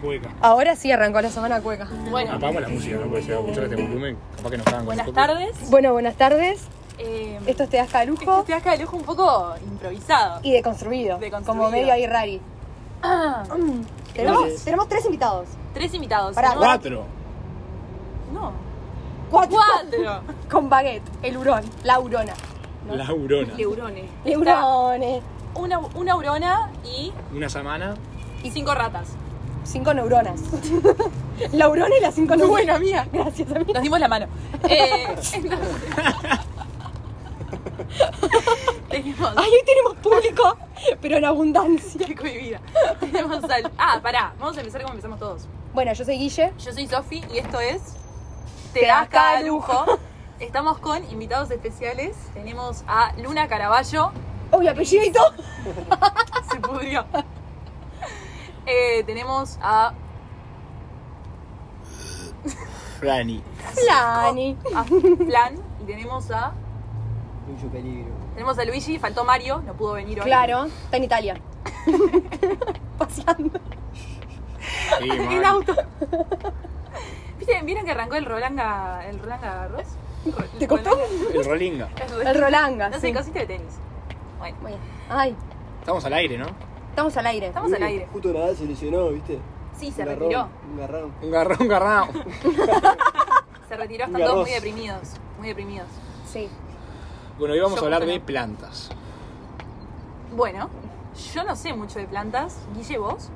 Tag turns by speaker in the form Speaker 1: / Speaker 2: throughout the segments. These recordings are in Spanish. Speaker 1: cueca.
Speaker 2: Ahora sí arrancó la semana cueca.
Speaker 3: Bueno,
Speaker 1: Apagamos la música, no puede ser. Escuchar este volumen. Capaz que nos cagan con el
Speaker 3: buenas
Speaker 1: toque.
Speaker 3: tardes.
Speaker 2: Bueno, buenas tardes.
Speaker 3: Eh,
Speaker 2: Esto es Te das
Speaker 3: este
Speaker 2: calujo
Speaker 3: acá de lujo un poco improvisado.
Speaker 2: y deconstruido,
Speaker 3: Deconstruido.
Speaker 2: Como medio ahí rari. Tenemos, tenemos tres invitados.
Speaker 3: Tres invitados.
Speaker 2: Pará,
Speaker 3: ¿no?
Speaker 1: Cuatro.
Speaker 3: No.
Speaker 2: Cuatro.
Speaker 3: Cuatro.
Speaker 2: Con baguette, el hurón, la hurona.
Speaker 1: La Aurona.
Speaker 4: Leurone.
Speaker 3: eh.
Speaker 2: Neurones.
Speaker 3: Una, una aurona y
Speaker 1: Una semana.
Speaker 3: cinco ratas.
Speaker 2: Cinco neuronas. la hurona y las cinco neuronas.
Speaker 3: buena, amiga.
Speaker 2: Gracias, amiga.
Speaker 3: Nos dimos la mano. Eh, entonces. Tenemos.
Speaker 2: Ay, hoy tenemos público, pero en abundancia.
Speaker 3: Qué cohibida. Tenemos al. Ah, pará. Vamos a empezar como empezamos todos.
Speaker 2: Bueno, yo soy Guille.
Speaker 3: Yo soy Sofi y esto es Te,
Speaker 2: Te
Speaker 3: das
Speaker 2: das cada
Speaker 3: cada lujo. Estamos con invitados especiales. Tenemos a Luna Caraballo.
Speaker 2: Uy, apellido y todo.
Speaker 3: Se pudrió. Eh, tenemos a,
Speaker 1: Franny.
Speaker 2: Lani.
Speaker 3: a Flan y tenemos a.
Speaker 5: Mucho peligro.
Speaker 3: Tenemos a Luigi, faltó Mario, no pudo venir hoy.
Speaker 2: Claro, está en Italia. Paseando.
Speaker 1: Sí,
Speaker 3: En
Speaker 1: mal.
Speaker 3: auto. ¿Viste- ¿Vieron que arrancó el Rolanga. el Rolanga Ross?
Speaker 2: ¿Te costó?
Speaker 1: El Rolinga.
Speaker 2: El Rolanga.
Speaker 3: No
Speaker 2: sí.
Speaker 3: sé, cosita de tenis. Bueno,
Speaker 2: Muy bien. Ay,
Speaker 1: Estamos al aire, ¿no?
Speaker 2: estamos al aire.
Speaker 3: estamos al aire.
Speaker 5: Justo Nadal se lesionó, ¿viste?
Speaker 3: Sí, se
Speaker 5: Un garrón,
Speaker 3: retiró.
Speaker 5: Un garrón.
Speaker 1: Un garrón, un garrao.
Speaker 3: Se retiró, están
Speaker 5: Mira
Speaker 3: todos
Speaker 5: vos.
Speaker 3: muy deprimidos. Muy deprimidos.
Speaker 2: Sí.
Speaker 1: Bueno, hoy vamos a
Speaker 3: Yo
Speaker 1: hablar
Speaker 3: creo
Speaker 1: de
Speaker 3: no.
Speaker 1: plantas.
Speaker 3: Bueno, yo no sé mucho de plantas. Guille, vos.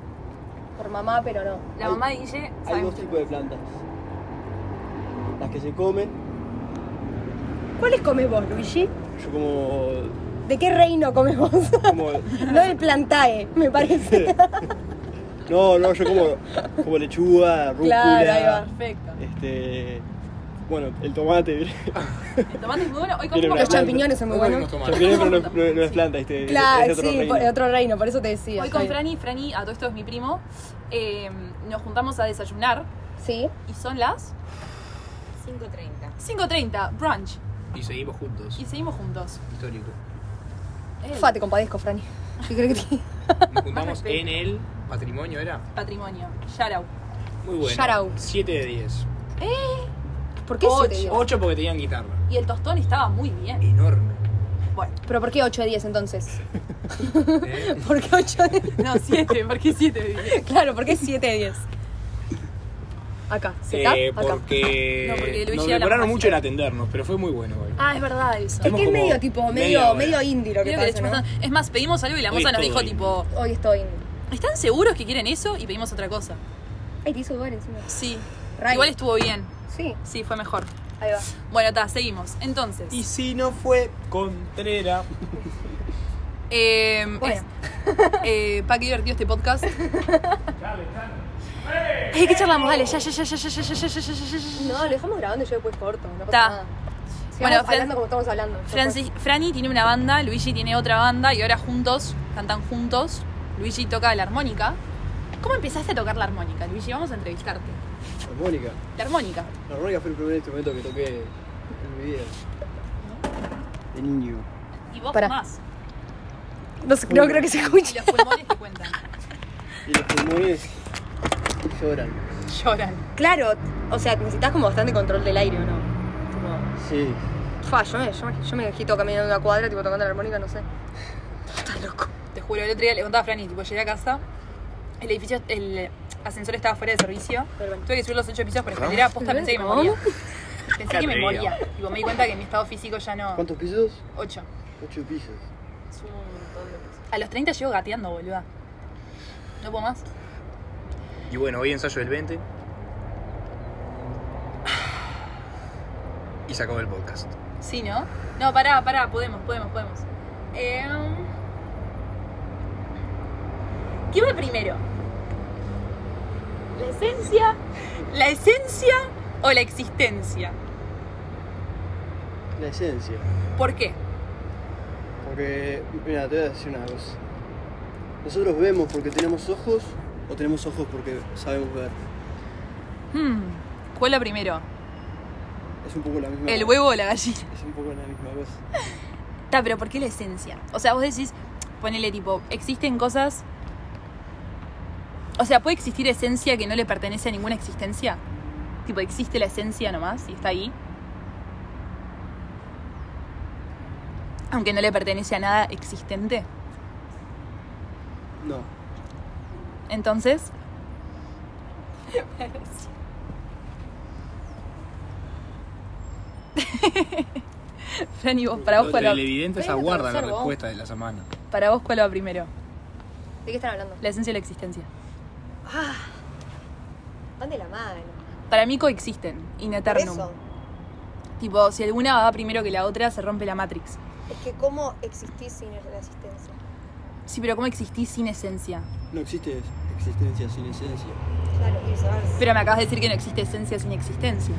Speaker 2: Por mamá, pero no.
Speaker 3: La
Speaker 5: Hay-
Speaker 3: mamá de Guille sabe
Speaker 5: Hay dos
Speaker 3: mucho.
Speaker 5: tipos de plantas. Las que se comen,
Speaker 2: ¿Cuáles comes vos, Luigi?
Speaker 5: yo como.
Speaker 2: ¿De qué reino comes vos?
Speaker 5: como
Speaker 2: no del plantae, me parece.
Speaker 5: no, no, yo como, como lechuga, rúcula.
Speaker 2: claro, ahí va.
Speaker 3: Perfecto.
Speaker 5: Este. Bueno, el tomate, ¿viste?
Speaker 3: El tomate es muy bueno. Hoy
Speaker 5: Tiene
Speaker 3: comimos
Speaker 5: una-
Speaker 2: Los
Speaker 3: tomate.
Speaker 2: champiñones son muy
Speaker 1: Hoy comimos
Speaker 2: buenos.
Speaker 5: Yo
Speaker 1: tomate.
Speaker 5: creo, pero no, no- no es planta, ¿viste? Es-
Speaker 2: Claro,
Speaker 5: es de otro
Speaker 2: sí,
Speaker 5: reino.
Speaker 2: por- otro reino, por eso te decía.
Speaker 3: Hoy
Speaker 2: está
Speaker 3: con
Speaker 2: bien.
Speaker 3: Franny, Franny, a todo esto es mi primo, eh, nos juntamos a desayunar
Speaker 2: Sí.
Speaker 3: y son las
Speaker 4: 5.30.
Speaker 3: 5.30, brunch,
Speaker 1: Y seguimos juntos.
Speaker 3: y seguimos juntos.
Speaker 1: Histórico.
Speaker 3: Eh,
Speaker 2: Fa, te compadezco, Franny. ¿Qué crees que te-
Speaker 1: Nos juntamos
Speaker 3: respeto.
Speaker 1: en el patrimonio, ¿era?
Speaker 3: patrimonio, Yarau.
Speaker 1: Muy bueno.
Speaker 2: Shout out.
Speaker 1: 7 de 10.
Speaker 2: ¿Por qué
Speaker 3: Ocho.
Speaker 2: 7 de 10?
Speaker 1: 8 porque tenían guitarra.
Speaker 3: Y el tostón estaba muy bien.
Speaker 1: Enorme.
Speaker 3: Bueno,
Speaker 2: ¿Pero por qué 8 de 10 entonces?
Speaker 1: ¿eh?
Speaker 2: ¿Por qué 8 de 10?
Speaker 3: no, 7, porque 7.
Speaker 2: Claro, ¿por qué 7 de 10? Acá, ¿se está?
Speaker 1: Eh,
Speaker 2: Acá.
Speaker 1: porque,
Speaker 3: No, porque Luigi
Speaker 1: nos
Speaker 3: habla
Speaker 1: demoraron
Speaker 3: más
Speaker 1: mucho en atendernos, pero fue muy bueno hoy.
Speaker 3: Ah, es verdad eso.
Speaker 2: Es que es
Speaker 1: como
Speaker 2: medio tipo,
Speaker 1: media
Speaker 2: medio,
Speaker 1: hora.
Speaker 2: medio indie lo que
Speaker 3: Creo que le
Speaker 2: pasa,
Speaker 3: chupas-
Speaker 2: ¿no?
Speaker 3: Es más, pedimos algo y la
Speaker 1: Hoy
Speaker 3: moza nos
Speaker 1: es
Speaker 3: dijo
Speaker 1: todo
Speaker 3: tipo,
Speaker 2: Hoy estoy indie.
Speaker 3: ¿están seguros que quieren eso? Y pedimos otra cosa.
Speaker 2: Ay, te hizo dudar encima.
Speaker 3: Sí.
Speaker 2: Ray.
Speaker 3: Igual estuvo bien.
Speaker 2: Sí,
Speaker 3: Sí, fue mejor.
Speaker 2: ahí va.
Speaker 3: Bueno, está, seguimos. Entonces,
Speaker 1: Y si no fue Contrera.
Speaker 3: eh,
Speaker 2: Bueno.
Speaker 3: es- eh, pa, qué divertido este podcast. Ay, ¿qué charlamos? Dale, ya, ya, ya, ya, ya, ya, ya, ya, ya, ya, ya, ya.
Speaker 2: No, lo dejamos grabando y yo después corto. No pasa
Speaker 3: Ta.
Speaker 2: nada. Sigamos
Speaker 3: Bueno,
Speaker 2: hablando
Speaker 3: Fran-
Speaker 2: como estamos hablando.
Speaker 3: Franci- Franny tiene una banda, Luigi tiene otra banda y ahora juntos cantan juntos. Luigi toca la armónica. ¿Cómo empezaste a tocar la armónica, Luigi? Vamos a entrevistarte.
Speaker 5: Armónica.
Speaker 3: La armónica.
Speaker 5: La armónica fue el primer instrumento que toqué en mi vida. De niño.
Speaker 3: Y vos
Speaker 2: Pará.
Speaker 3: más.
Speaker 2: No, sé- no creo que se
Speaker 3: Y
Speaker 2: escuche.
Speaker 3: los pulmones te cuentan.
Speaker 5: Y los pulmones lloran.
Speaker 3: Lloran.
Speaker 2: Claro, o sea, necesitas como bastante control del aire, ¿o no? Tipo,
Speaker 5: Sí.
Speaker 2: fa, yo me, yo, me- yo me agito caminando en una cuadra, tipo tocando la armónica, no sé. Estás loco.
Speaker 3: Te juro, el otro día le contaba a Franny, tipo, llegué a casa, el edificio, el ascensor estaba fuera de servicio,
Speaker 2: Pero bueno.
Speaker 3: tuve que subir los ocho pisos por escalera, posta pensé que me
Speaker 2: ¿Cómo?
Speaker 3: moría. Pensé que me
Speaker 1: Atrevido.
Speaker 3: moría. Tipo, me di cuenta que mi estado físico ya no...
Speaker 5: ¿Cuántos pisos?
Speaker 3: Ocho.
Speaker 5: Ocho pisos.
Speaker 3: A los 30 llego gateando, boluda. No puedo más.
Speaker 1: Y bueno, hoy ensayo del 20. Y se acabó el podcast.
Speaker 3: Sí, ¿no? No, pará, pará, podemos, podemos, podemos. Eh, ¿Qué va primero?
Speaker 4: La esencia.
Speaker 3: ¿La esencia o la existencia?
Speaker 5: La esencia.
Speaker 3: ¿Por qué?
Speaker 5: Porque, mira, te voy a decir una cosa. Nosotros vemos porque tenemos ojos o tenemos ojos porque sabemos ver.
Speaker 3: Hmm, ¿Cuál la primero?
Speaker 5: Es un poco la misma
Speaker 3: ¿El
Speaker 5: cosa.
Speaker 3: huevo o la gallina?
Speaker 5: Es un poco la misma cosa.
Speaker 3: Ta, pero ¿por qué la esencia? O sea, vos decís, ponele tipo, existen cosas O sea, ¿puede existir esencia que no le pertenece a ninguna existencia? Tipo, existe la esencia nomás y está ahí. Aunque no le pertenece a nada existente.
Speaker 5: No.
Speaker 3: Entonces, Fran, ¿y vos, para vos
Speaker 1: Los
Speaker 3: cuál va,
Speaker 1: televidentes
Speaker 2: Venga,
Speaker 1: aguardan la
Speaker 2: tercer vos.
Speaker 1: respuesta de la semana.
Speaker 3: para vos cuál va primero?
Speaker 2: ¿De qué están hablando?
Speaker 3: La esencia o la existencia. Ah.
Speaker 2: Van de la mano.
Speaker 3: Para mí coexisten, in
Speaker 2: Por
Speaker 3: eternum.
Speaker 2: eso.
Speaker 3: Tipo, si alguna va primero que la otra, se rompe la Matrix.
Speaker 2: Es que cómo existís sin la existencia.
Speaker 3: Sí, pero ¿cómo existís sin esencia?
Speaker 5: No existe existencia sin esencia.
Speaker 2: Claro, y viceversa.
Speaker 3: Pero me acabas de decir que no existe esencia sin existencia.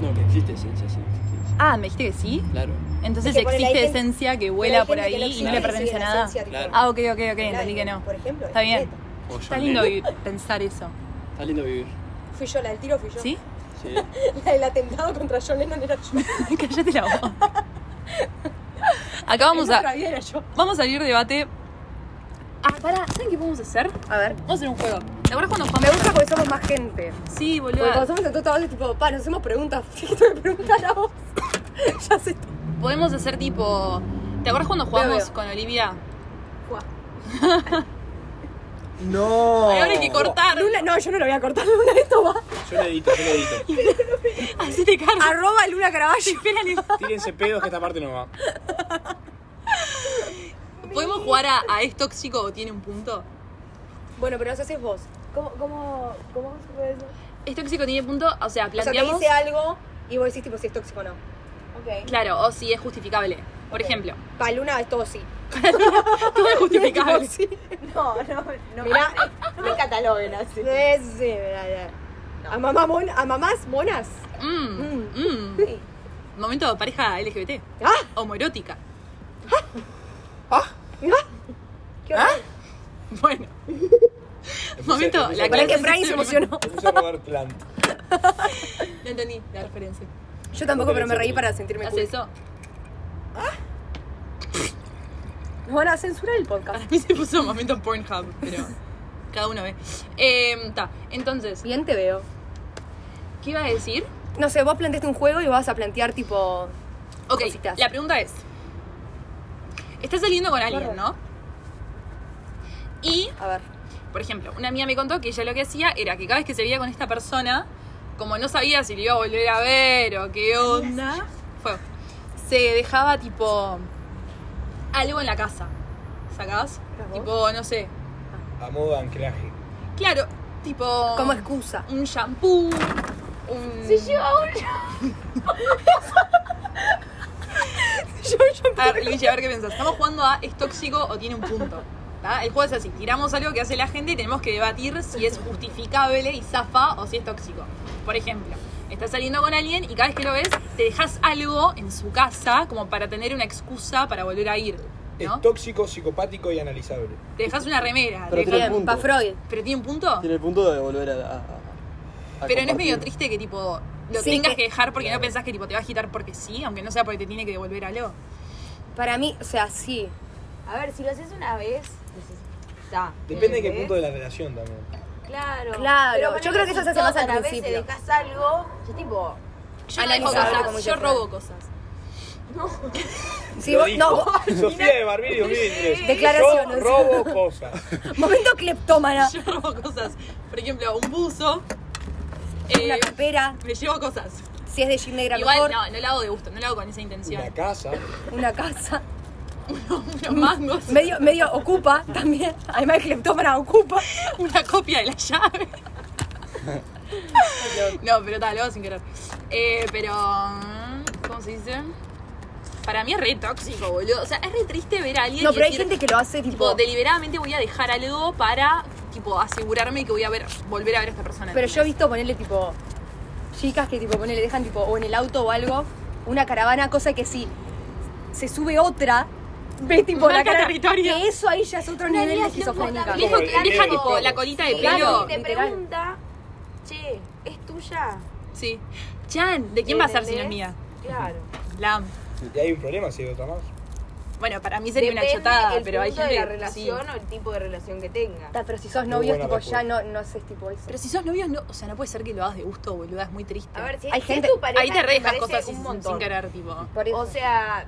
Speaker 5: No, que existe esencia sin existencia.
Speaker 3: Ah, me dijiste que sí.
Speaker 5: Claro.
Speaker 3: Entonces
Speaker 2: Es que por ahí
Speaker 3: existe
Speaker 2: hay
Speaker 3: esencia que
Speaker 2: Pero hay
Speaker 3: vuela por
Speaker 2: gente
Speaker 3: ahí
Speaker 2: que
Speaker 3: y no le
Speaker 2: existe
Speaker 3: pertenece a
Speaker 2: sin
Speaker 3: nada.
Speaker 2: esencia, tipo,
Speaker 5: Claro.
Speaker 3: Ah, ok, ok, ok,
Speaker 2: el
Speaker 3: entendí que
Speaker 2: aire,
Speaker 3: no.
Speaker 2: Por ejemplo,
Speaker 3: Está
Speaker 2: el
Speaker 3: bien.
Speaker 2: atleta.
Speaker 1: O
Speaker 3: Está
Speaker 1: yo
Speaker 3: lindo
Speaker 1: leo.
Speaker 3: vi- pensar eso.
Speaker 5: Está lindo vivir.
Speaker 2: Fui yo, la del tiro fui yo.
Speaker 3: ¿Sí?
Speaker 5: Sí.
Speaker 2: La del atentado contra John Lennon era yo.
Speaker 3: Cállate la boca. Acá vamos
Speaker 2: En otra
Speaker 3: a,
Speaker 2: vida era yo.
Speaker 3: vamos a abrir debate. Ah, pará, ¿saben qué podemos hacer?
Speaker 2: A ver.
Speaker 3: Vamos a hacer un juego. ¿Te acuerdas cuando
Speaker 2: Me
Speaker 3: jugamos?
Speaker 2: gusta porque somos más gente.
Speaker 3: Sí, boludo.
Speaker 2: Porque cuando somos en todo trabajo es tipo, pa, nos hacemos preguntas. ¿Qué te voy a preguntar a vos? ya sé todo.
Speaker 3: Podemos hacer tipo. ¿Te acuerdas cuando jugamos
Speaker 2: Veo, veo.
Speaker 3: con Olivia?
Speaker 2: Guau.
Speaker 5: No.
Speaker 3: Ahora hay que cortar.
Speaker 2: Luna, no, yo no lo voy a cortar. Luna, esto va.
Speaker 1: Yo le edito, yo le edito.
Speaker 3: Así te cargo.
Speaker 2: Arroba Luna Caraballo.
Speaker 1: Tírense pedos que esta parte no va.
Speaker 3: ¿Podemos jugar a, a es tóxico o tiene un punto?
Speaker 2: Bueno, pero nos haces vos. ¿Cómo, cómo, cómo se puede eso?
Speaker 3: Es tóxico tiene punto, o sea,
Speaker 2: O sea, te
Speaker 3: planteamos.
Speaker 2: hice algo y vos decís tipo si es tóxico o no. Ok.
Speaker 3: Claro, o si es justificable. Por ejemplo,
Speaker 2: Pa, Luna, es todo sí.
Speaker 3: todo es justificable.
Speaker 4: No, no, no.
Speaker 2: Mirá.
Speaker 4: no me cataloguen así.
Speaker 2: Sí, sí, mirá, mirá. A, mamá mon- a mamás monas.
Speaker 3: Mm, mm.
Speaker 2: Sí.
Speaker 3: Momento de pareja LGBT.
Speaker 2: ¡Ah!
Speaker 3: Homoerótica.
Speaker 2: ¡Ah! ¿Qué onda?
Speaker 3: Bueno. Momento,
Speaker 2: Pará
Speaker 3: la clase
Speaker 2: que Frank se emocionó.
Speaker 1: Me puse a robar plant.
Speaker 3: No entendí la referencia.
Speaker 2: Yo tampoco, pero me reí para sentirme
Speaker 3: ¿Hace
Speaker 2: cool.
Speaker 3: eso?
Speaker 2: Nos van a censurar el podcast.
Speaker 3: Para mí se puso momento Pornhub, pero cada uno ve. Eh, ta, entonces,
Speaker 2: Bien te veo.
Speaker 3: ¿qué iba a decir?
Speaker 2: No sé, vos planteaste un juego y vas a plantear tipo...
Speaker 3: Ok,
Speaker 2: Cositas.
Speaker 3: la pregunta es: Estás saliendo con alguien, ¿no? Y
Speaker 2: A ver.
Speaker 3: Por ejemplo, una amiga me contó que ella lo que hacía era que cada vez que se veía con esta persona, como no sabía si le iba a volver a ver o qué onda, fue, se dejaba tipo algo en la casa. ¿Sacás?
Speaker 2: ¿Sacás
Speaker 3: Tipo, no sé.
Speaker 1: A modo de anclaje.
Speaker 3: Claro, tipo.
Speaker 2: Como excusa.
Speaker 3: Un shampoo, un.
Speaker 2: Yo, yo...
Speaker 3: A ver, Luigi, a ver qué pensás. Estamos jugando a ¿es tóxico o tiene un punto? ¿Tá? El juego es así: tiramos algo que hace la gente y tenemos que debatir si es justificable y zafa o si es tóxico. Por ejemplo, estás saliendo con alguien y cada vez que lo ves, te dejas algo en su casa como para tener una excusa para volver a ir. ¿no?
Speaker 1: Es tóxico, psicopático y analizable.
Speaker 3: Te dejas una remera.
Speaker 5: Pero
Speaker 3: te dejas-
Speaker 2: Bien,
Speaker 5: tiene-
Speaker 2: pa' Freud.
Speaker 3: ¿Pero tiene un punto?
Speaker 5: Tiene el punto de volver a. a- a- a
Speaker 3: Pero no es
Speaker 5: compartir.
Speaker 3: medio triste que tipo lo
Speaker 2: Sí,
Speaker 3: tengas
Speaker 2: que-
Speaker 3: que dejar porque no pensás que tipo te va a agitar porque sí, aunque no sea porque te tiene que devolver algo.
Speaker 2: Para mí, o sea, sí.
Speaker 4: A ver, si lo haces una vez, decís, está.
Speaker 1: Depende de qué
Speaker 4: ¿Entendés?
Speaker 1: punto de la relación también.
Speaker 4: Claro.
Speaker 2: Claro,
Speaker 4: Pero
Speaker 2: yo
Speaker 4: ponele
Speaker 2: creo que eso se hace más
Speaker 4: todas
Speaker 2: al
Speaker 4: las veces
Speaker 2: principio.
Speaker 4: dejas algo, yo tipo,
Speaker 3: Yo no dejo
Speaker 2: Analizable,
Speaker 3: cosas,
Speaker 2: como dice
Speaker 3: yo
Speaker 2: Fran.
Speaker 3: robo cosas.
Speaker 2: Sí,
Speaker 1: Lo
Speaker 2: vos- no,
Speaker 1: dijo.
Speaker 2: vos-
Speaker 1: Sofía de Barbini 2003.
Speaker 2: Declaraciones.
Speaker 1: Yo robo cosas.
Speaker 2: momento cleptómana.
Speaker 3: Yo robo cosas. Por ejemplo, un buzo. Eh,
Speaker 2: Una campera,
Speaker 3: me llevo cosas.
Speaker 2: si es de jean negra
Speaker 3: Igual
Speaker 2: mejor,
Speaker 3: no, no lo hago de gusto, no lo hago con esa
Speaker 1: Una
Speaker 3: intención.
Speaker 1: casa.
Speaker 2: una casa.
Speaker 3: Unos mangos,
Speaker 2: Medio, medio ocupa también. Además de cleptómana ocupa.
Speaker 3: una copia de la llave. no, pero tal, lo hago sin querer. Eh, pero. mm, ¿Cómo se dice? Para mí es re tóxico, boludo. O sea, es re triste ver a alguien.
Speaker 2: No,
Speaker 3: y
Speaker 2: pero hay
Speaker 3: decir,
Speaker 2: gente que lo hace
Speaker 3: Tipo,
Speaker 2: tipo.
Speaker 3: deliberadamente voy a dejar algo para tipo asegurarme que voy a ver, volver a ver a esta persona.
Speaker 2: Pero yo he visto ponerle tipo. Chicas que tipo ponerle, dejan tipo o en el auto o algo, una caravana, cosa que si se sube otra, ves tipo la
Speaker 3: Marca
Speaker 2: cara.
Speaker 3: territorio.
Speaker 2: Que eso ahí ya es otro
Speaker 4: Una
Speaker 2: nivel de
Speaker 4: niña siempre
Speaker 2: esquizofrénica.
Speaker 4: también.
Speaker 3: Dejo-
Speaker 1: Como el
Speaker 3: deja
Speaker 1: Lego.
Speaker 3: tipo la colita de
Speaker 1: Claro.
Speaker 3: pelo.
Speaker 4: y te
Speaker 2: literal.
Speaker 4: pregunta, che, ¿es tuya?
Speaker 3: Sí. Chan, ¿de quién va a ser si no es
Speaker 4: ¿Entendés?
Speaker 3: mía?
Speaker 4: Claro.
Speaker 3: Lam.
Speaker 1: Y hay un problema si hay otra más.
Speaker 3: Bueno, para mí sería una
Speaker 4: Depende
Speaker 3: chotada,
Speaker 4: el
Speaker 3: pero hay
Speaker 4: punto
Speaker 3: gente
Speaker 4: de la
Speaker 3: que sí.
Speaker 4: relación o el tipo de relación que tenga.
Speaker 2: Ta, pero si sos
Speaker 1: Muy
Speaker 2: novios,
Speaker 1: buena
Speaker 2: tipo, ya
Speaker 1: respuesta.
Speaker 2: no, no haces tipo eso.
Speaker 3: Pero si sos novios, no, o sea, no puede ser que lo hagas de gusto, boluda, es muy triste.
Speaker 4: A ver, si,
Speaker 2: Hay
Speaker 4: si
Speaker 2: gente-
Speaker 4: es tu pareja,
Speaker 3: Ahí te
Speaker 4: me
Speaker 3: rejas
Speaker 4: parece
Speaker 3: cosas
Speaker 4: un
Speaker 3: sin-
Speaker 4: montón.
Speaker 3: sin querer, tipo.
Speaker 2: Por eso.
Speaker 4: O sea,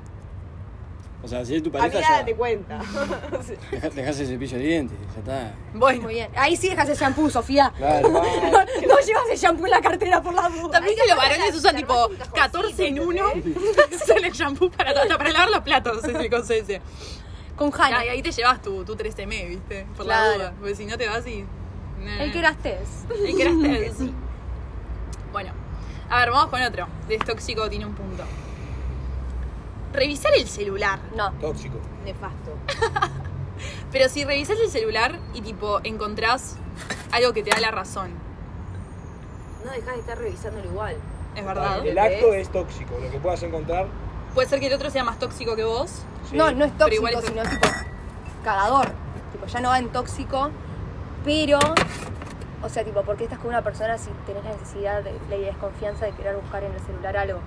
Speaker 6: O sea, si es tu pareja,
Speaker 4: amiga,
Speaker 6: ya
Speaker 4: date cuenta.
Speaker 6: deja- dejás el cepillo de dientes, ya está.
Speaker 3: Bueno,
Speaker 2: Muy bien. Ahí sí dejas el shampoo, Sofía.
Speaker 6: Claro.
Speaker 2: no llevas el shampoo en la cartera por la duda.
Speaker 3: también que los varones
Speaker 4: Armás
Speaker 3: usan
Speaker 4: un
Speaker 3: tipo
Speaker 4: cajoncito,
Speaker 3: 14 en 1, usan el shampoo para, hasta para lavar los platos, es el consejo.
Speaker 2: Con Hannah.
Speaker 3: Ah, y ahí te llevas tu, tu 13M, ¿viste? Por
Speaker 2: Claro.
Speaker 3: la duda. Porque si no te vas y. nah.
Speaker 2: El que eras Tess.
Speaker 3: El que eras Tess. Bueno. A ver, vamos con otro. De es tóxico tiene un punto. Revisar el celular.
Speaker 2: No.
Speaker 1: Tóxico.
Speaker 4: Nefasto.
Speaker 3: Pero si revisas el celular y tipo encontrás algo que te da la razón.
Speaker 4: No dejas de estar revisándolo igual.
Speaker 3: Es verdad.
Speaker 1: El acto es tóxico. Lo que puedas encontrar.
Speaker 3: Puede ser que el otro sea más tóxico que vos.
Speaker 1: sí.
Speaker 2: No, no es
Speaker 3: Pero
Speaker 2: tóxico,
Speaker 3: igual es-
Speaker 2: sino tipo cagador. Tipo, ya no va en tóxico, pero. O sea, tipo, ¿por qué estás con una persona si tenés la necesidad de, la desconfianza de querer buscar en el celular algo?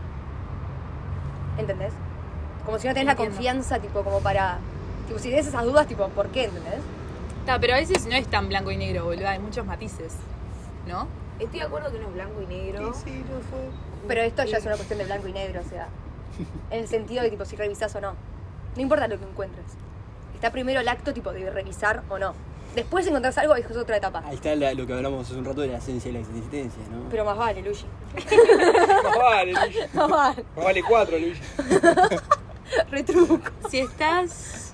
Speaker 2: ¿Entendés? Como si no tenés la
Speaker 3: Entiendo.
Speaker 2: confianza, tipo, como para. Tipo, si tenés esas dudas, tipo, ¿por qué? ¿Entendés?
Speaker 3: Ta, pero a veces no es tan blanco y negro, boludo. Hay muchos matices. ¿No?
Speaker 4: Estoy de acuerdo que no es blanco y negro.
Speaker 2: Pero esto ya es una cuestión de blanco y negro, o sea. En el sentido de, tipo, si revisás o no. No importa lo que encuentres. Está primero el acto, tipo, de revisar o no. Después encontrás algo y es otra etapa.
Speaker 6: Ahí está la- lo que hablamos hace un rato de la esencia de la existencia, ¿no?
Speaker 2: Pero más vale, Luigi.
Speaker 1: Más vale, Luigi.
Speaker 2: Más vale.
Speaker 1: Más vale cuatro, Luigi.
Speaker 2: Retruco.
Speaker 3: Si estás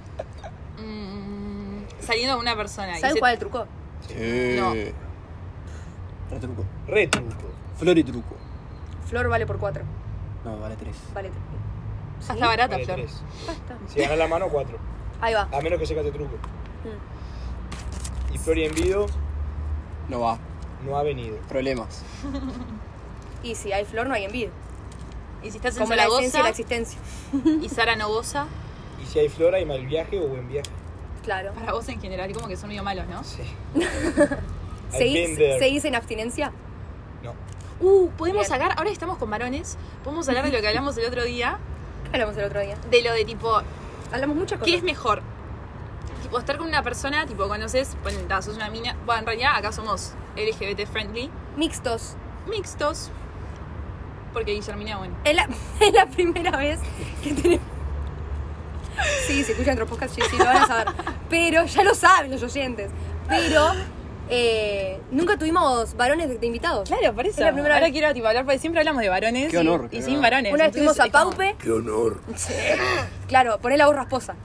Speaker 3: mm, saliendo con una persona y
Speaker 2: ¿Sabes
Speaker 3: se-
Speaker 2: cuál es el truco?
Speaker 6: Sí.
Speaker 3: No.
Speaker 6: Retruco.
Speaker 1: Retruco.
Speaker 6: Flor y truco.
Speaker 2: Flor vale por cuatro.
Speaker 6: No, vale tres.
Speaker 2: Vale. tre-
Speaker 3: Ah, está barata,
Speaker 1: Vale
Speaker 3: Flor.
Speaker 1: tres. Si ganas la mano, cuatro.
Speaker 2: Ahí va.
Speaker 1: A menos que se cate truco.
Speaker 2: Mm.
Speaker 1: Y Flor y Envido
Speaker 6: No va.
Speaker 1: no ha venido.
Speaker 6: Problemas.
Speaker 2: Y si hay flor, no hay envidia.
Speaker 3: Y si estás en
Speaker 2: Como la esencia y la
Speaker 3: Zaragoza
Speaker 2: existencia.
Speaker 3: y Sara no goza,
Speaker 1: Y si hay flor, hay mal viaje o buen viaje.
Speaker 2: Claro.
Speaker 3: para vos en general, como que son medio malos, ¿no?
Speaker 1: Sí. I've
Speaker 2: ¿Seguís,
Speaker 1: been there.
Speaker 2: seguís en abstinencia?
Speaker 1: No.
Speaker 3: Uh, podemos
Speaker 2: Bien.
Speaker 3: sacar, ahora que estamos con varones, podemos hablar de lo que hablamos el otro día,
Speaker 2: ¿Qué hablamos el otro día?
Speaker 3: de lo de tipo,
Speaker 2: Hablamos muchas cosas.
Speaker 3: ¿qué es mejor? Tipo, estar con una persona, tipo, conoces, bueno, ta, sos una mina, bueno, en realidad acá somos LGBT friendly,
Speaker 2: Mixtos.
Speaker 3: mixtos, porque Guillermina, bueno.
Speaker 2: Es la, es la primera vez que tenemos. Sí, si escuchan otro podcast, sí, sí, lo van a saber. Pero ya lo saben los oyentes. Pero eh, nunca tuvimos varones de, de invitados.
Speaker 3: por
Speaker 2: eso. Ahora
Speaker 3: quiero tipo, hablar, porque siempre hablamos de varones
Speaker 6: Qué y- honor, y qué sin honor. varones,
Speaker 2: Una vez tuvimos a Paupe.
Speaker 6: ¡Qué honor!
Speaker 2: Claro, poné la voz rasposa.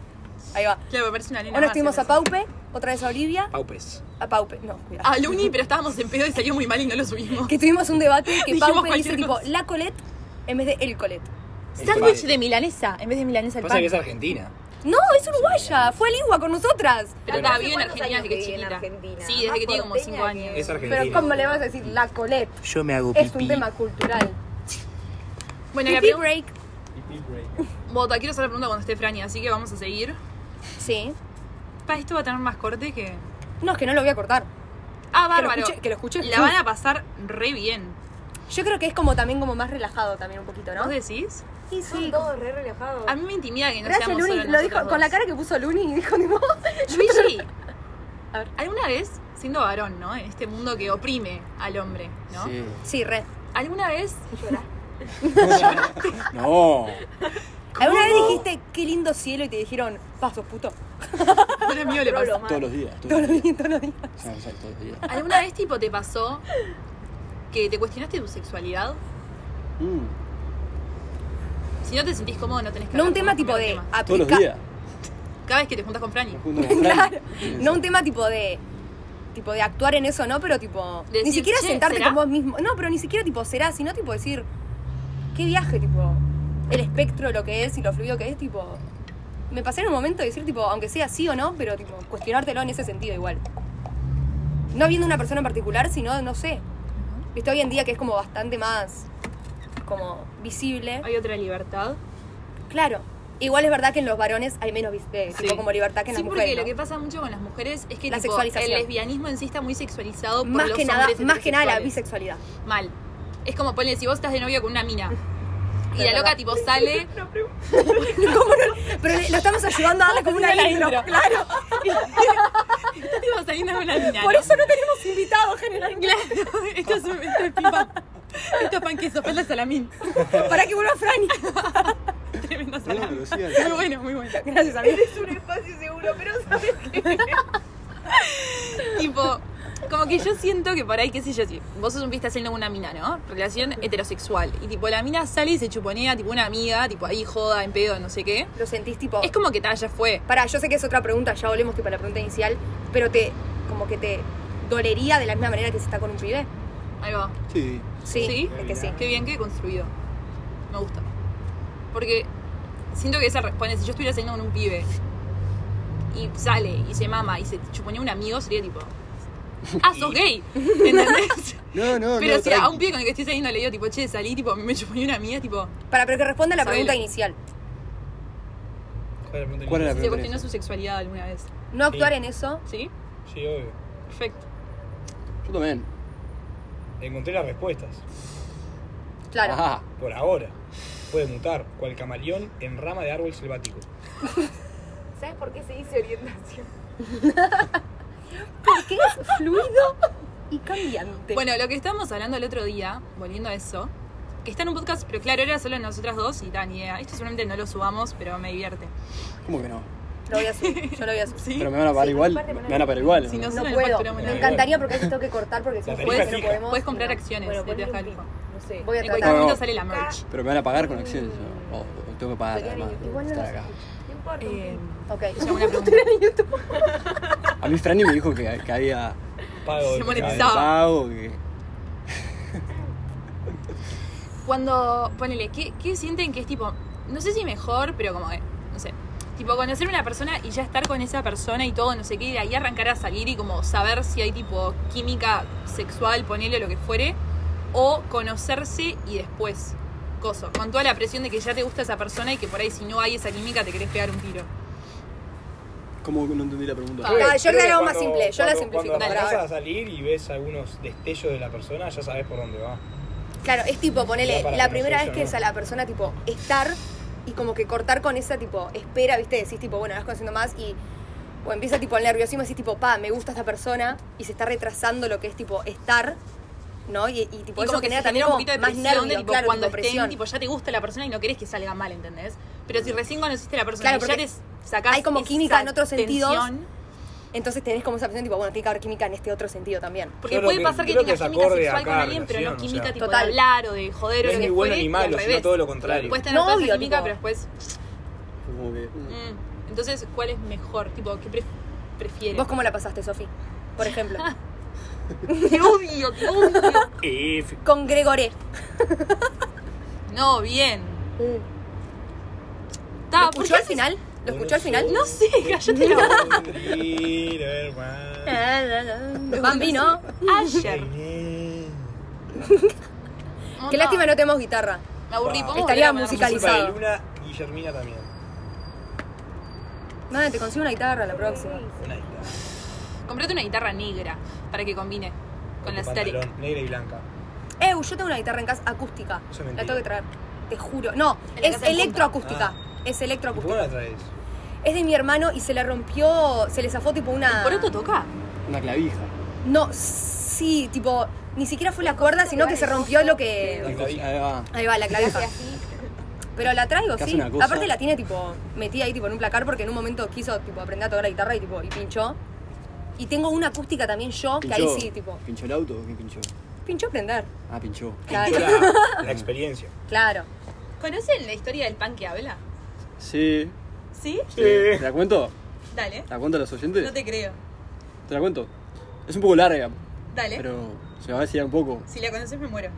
Speaker 2: Ahí va.
Speaker 3: Claro, me parece una nena
Speaker 2: Una vez
Speaker 3: más,
Speaker 2: tuvimos
Speaker 3: ¿no?
Speaker 2: a Paupe, otra vez a Olivia,
Speaker 6: Paupes.
Speaker 2: a Paupe. No, cuidado.
Speaker 3: A Ah, Luni, pero estábamos en pedo y salió muy mal y no lo subimos.
Speaker 2: Que tuvimos un debate que
Speaker 3: Dijimos
Speaker 2: Paupe dice
Speaker 3: cualquier
Speaker 2: tipo
Speaker 3: cosa.
Speaker 2: la Colette en vez de el Colette.
Speaker 3: Sándwich de milanesa, en vez de milanesa el
Speaker 6: Pasa
Speaker 3: pan.
Speaker 6: que es Argentina.
Speaker 2: No, es uruguaya. Fue al Igua con nosotras.
Speaker 3: Pero
Speaker 4: Pero
Speaker 3: está
Speaker 4: hace
Speaker 3: vive en
Speaker 4: cuántos
Speaker 3: Argentina
Speaker 4: años
Speaker 3: desde que
Speaker 4: que
Speaker 3: es
Speaker 4: vive en
Speaker 3: chiquita.
Speaker 4: Argentina.
Speaker 3: Sí, desde
Speaker 4: Más
Speaker 3: que tiene como
Speaker 4: porteña
Speaker 3: 5 años.
Speaker 4: que-
Speaker 1: Es argentina.
Speaker 2: Pero ¿cómo le vas a decir la Colette?
Speaker 6: Yo me hago
Speaker 2: Es un tema cultural.
Speaker 3: Bueno, la
Speaker 2: Pipi
Speaker 3: pregunta.
Speaker 2: break.
Speaker 1: Y Pete Break.
Speaker 3: Bota, quiero hacer la pregunta cuando esté Franny, así que vamos a seguir.
Speaker 2: Sí.
Speaker 3: Pa, esto va a tener más corte que.
Speaker 2: No, es que no lo voy a cortar.
Speaker 3: Ah,
Speaker 2: Que lo
Speaker 3: bárbaro.
Speaker 2: escuche- que lo escuche.
Speaker 3: La van a pasar re bien.
Speaker 2: Yo creo que es como también como más relajado también un poquito,
Speaker 3: ¿No
Speaker 2: ¿no?
Speaker 3: decís?
Speaker 2: Sí,
Speaker 4: Son todos re relajados.
Speaker 3: A mí me intimida que no
Speaker 2: Gracias,
Speaker 3: seamos
Speaker 2: Luni.
Speaker 3: solo
Speaker 2: Lo dijo
Speaker 3: nosotros
Speaker 2: con la
Speaker 3: dos.
Speaker 2: cara que puso Luni y dijo tipo.
Speaker 3: Luigi,
Speaker 2: A ver.
Speaker 3: ¿alguna vez, siendo varón, ¿no? En este mundo que oprime al hombre, ¿no?
Speaker 6: Sí.
Speaker 2: Sí, re.
Speaker 3: ¿Alguna vez
Speaker 6: No.
Speaker 2: ¿Alguna vez dijiste qué lindo cielo y te dijeron, pasos puto?
Speaker 3: Bueno, mío le
Speaker 4: Trolo,
Speaker 3: pasó.
Speaker 4: mal.
Speaker 6: Todos los días.
Speaker 2: Todos
Speaker 6: Todos
Speaker 2: los
Speaker 6: los días.
Speaker 2: días, todos los días.
Speaker 6: Ah, exacto, todos los días.
Speaker 3: ¿Alguna vez tipo te pasó que te cuestionaste tu sexualidad?
Speaker 6: Mm,
Speaker 3: Si no te sentís cómodo, no tenés que
Speaker 2: No un
Speaker 3: hablar,
Speaker 2: tema
Speaker 3: como
Speaker 2: tipo
Speaker 3: primer
Speaker 2: de
Speaker 3: tema.
Speaker 6: Todos los
Speaker 2: aplicar.
Speaker 6: días.
Speaker 3: Cada vez que te juntas con Franny.
Speaker 6: Nos juntamos con Fran.
Speaker 2: Claro. No un tema tipo de. Tipo de actuar en eso, ¿no? Pero tipo.
Speaker 3: De
Speaker 2: ni
Speaker 3: decir,
Speaker 2: siquiera
Speaker 3: "Che,
Speaker 2: sentarte
Speaker 3: ¿será?".
Speaker 2: con vos mismo. No, pero ni siquiera tipo será, sino tipo decir. ¿Qué viaje? Tipo. El espectro, lo que es y lo fluido que es, tipo. Me pasé en un momento de decir, tipo, aunque sea sí o no, pero tipo, cuestionártelo en ese sentido igual. No viendo una persona en particular, sino, no sé. Viste hoy en día que es como bastante más. como visible.
Speaker 3: Hay otra libertad.
Speaker 2: Claro. Igual es verdad que en los varones hay menos vis- eh, tipo
Speaker 3: Sí.
Speaker 2: como libertad que en
Speaker 3: sí,
Speaker 2: las mujeres.
Speaker 3: porque
Speaker 2: ¿no?
Speaker 3: lo que pasa mucho con las mujeres es que
Speaker 2: La
Speaker 3: tipo,
Speaker 2: sexualización.
Speaker 3: el lesbianismo en sí está muy sexualizado por
Speaker 2: más
Speaker 3: los
Speaker 2: que nada,
Speaker 3: hombres
Speaker 2: más que nada la
Speaker 3: heterosexuales.
Speaker 2: bisexualidad.
Speaker 3: Mal. Es como ponle, si vos estás de novio con una mina Y la loca tipo sale.
Speaker 2: ¿Cómo no? Pero le- lo estamos ayudando a darle como una
Speaker 3: Una
Speaker 2: intro.
Speaker 3: intro.
Speaker 2: Claro.
Speaker 3: Está tipo saliendo de una mina.
Speaker 2: Por
Speaker 3: ¿no?
Speaker 2: eso no tenemos invitados generalmente.
Speaker 3: Claro, esto es, un- esto es pipa. Esto es panqueso, falta salamín.
Speaker 2: Para que vuelva Franny.
Speaker 3: Tremendo
Speaker 5: No, no,
Speaker 3: salamín.
Speaker 5: pero sí, al-
Speaker 3: Muy bueno, muy bueno.
Speaker 2: Gracias, amigo.
Speaker 4: Es un espacio seguro, pero sabes que
Speaker 3: tipo, como que yo siento que por ahí, qué sé yo, si vos sos un pista haciendo una mina, ¿no? Relación heterosexual. Y tipo, la mina sale y se chuponea, tipo, una amiga, tipo, ahí joda, en pedo, no sé qué.
Speaker 2: Lo sentís tipo.
Speaker 3: Es como que tal, ya fue.
Speaker 2: Pará, yo sé que es otra pregunta, ya volvemos tipo a la pregunta inicial, pero te. como que te dolería de la misma manera que si está con un pibe.
Speaker 3: Ahí va.
Speaker 5: Sí.
Speaker 2: Sí.
Speaker 3: ¿Sí?
Speaker 2: Es que sí.
Speaker 3: Qué bien que construido. Me gusta. Porque siento que esa respuesta, si yo estuviera saliendo con un pibe y sale y se mama y se chuponea un amigo, sería tipo. Ah, sos gay. ¿Entendés?
Speaker 5: No, no,
Speaker 3: Pero
Speaker 5: no.
Speaker 3: si
Speaker 5: tranqui.
Speaker 3: a un pibe con el que estoy saliendo le digo, tipo, che, salí, tipo, me chuponía una amiga, tipo,
Speaker 2: Para, pero que responda a la
Speaker 3: Sabela.
Speaker 2: pregunta inicial.
Speaker 1: ¿Cuál es la pregunta?
Speaker 5: ¿Cuál era
Speaker 3: se
Speaker 5: la pregunta?
Speaker 3: cuestionó su sexualidad alguna vez.
Speaker 2: No actuar
Speaker 1: Sí.
Speaker 2: en eso.
Speaker 3: ¿Sí?
Speaker 1: Sí, obvio.
Speaker 3: Perfecto.
Speaker 5: Yo también.
Speaker 1: Encontré las respuestas.
Speaker 2: Claro.
Speaker 6: Ajá.
Speaker 1: Por ahora. Puede mutar, cual camaleón en rama de árbol selvático.
Speaker 4: ¿Sabes por qué se dice orientación?
Speaker 2: Porque es fluido y cambiante.
Speaker 3: Bueno, lo que estábamos hablando el otro día, volviendo a eso, que está en un podcast, pero claro, era solo nosotras dos y tan idea. Esto seguramente no lo subamos, pero me divierte.
Speaker 5: ¿Cómo que no?
Speaker 2: Lo voy a subir, yo lo voy a subir.
Speaker 3: ¿Sí?
Speaker 5: Pero me van a pagar
Speaker 4: Sí,
Speaker 5: igual.
Speaker 4: aparte,
Speaker 5: Me van a pagar igual.
Speaker 3: Si
Speaker 5: ¿o
Speaker 3: no,
Speaker 5: no?
Speaker 2: No
Speaker 3: suben,
Speaker 2: puedo.
Speaker 3: facturamos
Speaker 2: Me
Speaker 3: nada.
Speaker 2: encantaría porque a veces tengo que cortar porque si no
Speaker 1: Puedes-
Speaker 2: jueves no
Speaker 1: fija.
Speaker 2: podemos.
Speaker 3: Puedes comprar
Speaker 2: No.
Speaker 3: acciones de
Speaker 4: ponle
Speaker 3: Tlaxcala.
Speaker 4: un pin, No sé.
Speaker 2: Voy a tratar.
Speaker 3: En cualquier
Speaker 5: No,
Speaker 3: momento
Speaker 5: no.
Speaker 3: sale la merch.
Speaker 5: Pero me van a pagar con acciones. ¿no? O, o oh, tengo que pagar
Speaker 4: Podría
Speaker 5: además.
Speaker 4: venir.
Speaker 5: por
Speaker 4: Igual no
Speaker 5: estar
Speaker 4: lo
Speaker 5: acá.
Speaker 4: sé. No importa. un
Speaker 3: Eh,
Speaker 4: pin.
Speaker 2: Ok.
Speaker 3: ya una pregunta.
Speaker 5: A mí Franny me dijo que, que había
Speaker 1: Pago
Speaker 3: Se
Speaker 1: de
Speaker 5: que había
Speaker 3: monetizaba.
Speaker 5: pago, que...
Speaker 3: Cuando, ponele, ¿qué, qué sienten que es tipo, no sé si mejor, pero como que, no sé, tipo conocer una persona y ya estar con esa persona y todo, no sé qué, y de ahí arrancar a salir y como saber si hay tipo química sexual, ponele lo que fuere, o conocerse y después, coso, con toda la presión de que ya te gusta esa persona y que por ahí si no hay esa química te querés pegar un tiro.
Speaker 5: ¿Cómo no entendí la pregunta?
Speaker 3: Ah,
Speaker 1: Creo
Speaker 2: yo
Speaker 1: que
Speaker 2: la hago
Speaker 1: cuando-
Speaker 2: más simple, yo la
Speaker 1: cuando-
Speaker 2: simplifico.
Speaker 1: Cuando
Speaker 2: Dale, a
Speaker 1: empezás
Speaker 2: ver.
Speaker 1: a salir y ves algunos destellos de la persona, ya sabes por dónde va.
Speaker 2: Claro, es tipo, ponele,
Speaker 1: Ya para
Speaker 2: la
Speaker 1: que
Speaker 2: primera
Speaker 1: no sé
Speaker 2: vez
Speaker 1: yo,
Speaker 2: que
Speaker 1: ¿no?
Speaker 2: es a la persona, tipo, estar y como que cortar con esa, tipo, espera, viste, decís, tipo, bueno, vas conociendo más y. O empieza, tipo, el nerviosismo, decís, tipo, pa, me gusta esta persona y se está retrasando lo que es, tipo, estar, ¿no? Y, y, tipo,
Speaker 3: y
Speaker 2: eso
Speaker 3: como que
Speaker 2: genera
Speaker 3: se
Speaker 2: también
Speaker 3: genera un
Speaker 2: como
Speaker 3: poquito de
Speaker 2: más
Speaker 3: presión
Speaker 2: nervio,
Speaker 3: de tipo,
Speaker 2: claro,
Speaker 3: cuando
Speaker 2: tipo,
Speaker 3: estén,
Speaker 2: presión.
Speaker 3: tipo, ya te gusta la persona y no querés que salga mal, ¿entendés? Pero si recién conociste a la persona
Speaker 2: Claro,
Speaker 3: y ya
Speaker 2: porque
Speaker 3: te sacás
Speaker 2: hay como
Speaker 3: esa
Speaker 2: química en otros
Speaker 3: tensión,
Speaker 2: sentidos. Entonces tenés como esa presión, tipo, bueno, tiene que haber química en este otro sentido también.
Speaker 3: Porque
Speaker 1: Yo
Speaker 3: puede
Speaker 1: creo que-
Speaker 3: pasar que
Speaker 1: creo que
Speaker 3: tengas
Speaker 1: es
Speaker 3: química
Speaker 1: acorde
Speaker 3: sexual
Speaker 1: a
Speaker 3: con
Speaker 1: cada
Speaker 3: alguien, pero no
Speaker 1: relación, o
Speaker 3: química
Speaker 1: sea.
Speaker 3: tipo
Speaker 2: Total.
Speaker 3: de hablar o de joder
Speaker 1: No
Speaker 3: o
Speaker 1: es
Speaker 3: lo
Speaker 1: ni
Speaker 3: que
Speaker 1: bueno
Speaker 3: fuere,
Speaker 1: ni
Speaker 3: y al
Speaker 1: malo, sino
Speaker 3: revés.
Speaker 1: todo lo contrario.
Speaker 3: Puedes tener toda
Speaker 2: Obvio,
Speaker 3: esa química,
Speaker 2: tipo-
Speaker 3: pero después...
Speaker 5: Como que...
Speaker 3: mm. Entonces, ¿cuál es mejor? Tipo, ¿qué pre- prefieres?
Speaker 2: ¿Vos cómo la pasaste, Sofi? Por ejemplo.
Speaker 3: ¡Qué odio! ¡Qué odio!
Speaker 1: If.
Speaker 2: con Gregoré.
Speaker 3: No, bien. Ta,
Speaker 2: Mm. ¿Lo
Speaker 3: ¿por
Speaker 2: escuchó
Speaker 3: qué
Speaker 2: al
Speaker 3: haces-
Speaker 2: final? ¿Lo escuchó al final?
Speaker 3: No sé, cállate la boca.
Speaker 2: Bambi, ¿no?
Speaker 3: Ayer.
Speaker 2: Qué lástima no tenemos guitarra.
Speaker 3: Me aburrí. ¿Podemos
Speaker 2: Estaría
Speaker 3: volver a mandar
Speaker 2: musicalizado.
Speaker 1: Culpa de Luna, Guillermina también.
Speaker 2: Nada, te consigo una guitarra la próxima.
Speaker 1: Una isla.
Speaker 3: música? Comprate una guitarra negra para que combine con la
Speaker 1: tu
Speaker 3: static.
Speaker 1: pantalón, Negra y blanca.
Speaker 2: Eu, Eh, yo tengo una guitarra en casa acústica.
Speaker 1: Eso es
Speaker 2: la
Speaker 1: mentira. Ah.
Speaker 2: tengo que traer. Te juro. No,
Speaker 3: En la
Speaker 2: es
Speaker 3: casa del
Speaker 2: electroacústica. Es
Speaker 1: ¿Y por qué no
Speaker 2: electroacústica.
Speaker 1: la traes?
Speaker 2: Es de mi hermano y se le rompió, se le zafó tipo una.
Speaker 3: ¿Por esto toca?
Speaker 5: Una clavija.
Speaker 2: No, sí, tipo, ni siquiera fue la cuerda, sino que se rompió lo que.
Speaker 5: Una clavija. Ahí va.
Speaker 2: Ahí va, la
Speaker 4: Y
Speaker 2: clavija.
Speaker 4: así,
Speaker 2: Pero la traigo,
Speaker 5: Que hace
Speaker 2: sí.
Speaker 5: una cosa.
Speaker 2: Aparte la tiene tipo metida ahí tipo en un placar porque en un momento quiso tipo aprender a tocar la guitarra y tipo y pinchó. Y tengo una acústica también yo, que ahí sí, tipo,
Speaker 5: ¿Pinchó el auto o qué pinchó?
Speaker 2: pinchó aprender.
Speaker 5: Ah, pinchó.
Speaker 2: Claro,
Speaker 1: La, la experiencia.
Speaker 2: claro.
Speaker 3: ¿Conocen la historia del pan que habla?
Speaker 5: Sí.
Speaker 3: ¿Sí?
Speaker 1: Sí.
Speaker 5: ¿Te la cuento?
Speaker 3: Dale.
Speaker 5: ¿Te la cuento a los oyentes?
Speaker 3: No te creo.
Speaker 5: ¿Te la cuento? Es un poco larga,
Speaker 2: ¿Eh?
Speaker 3: Dale.
Speaker 5: pero se la va a decir un poco.
Speaker 3: Si la conoces me muero.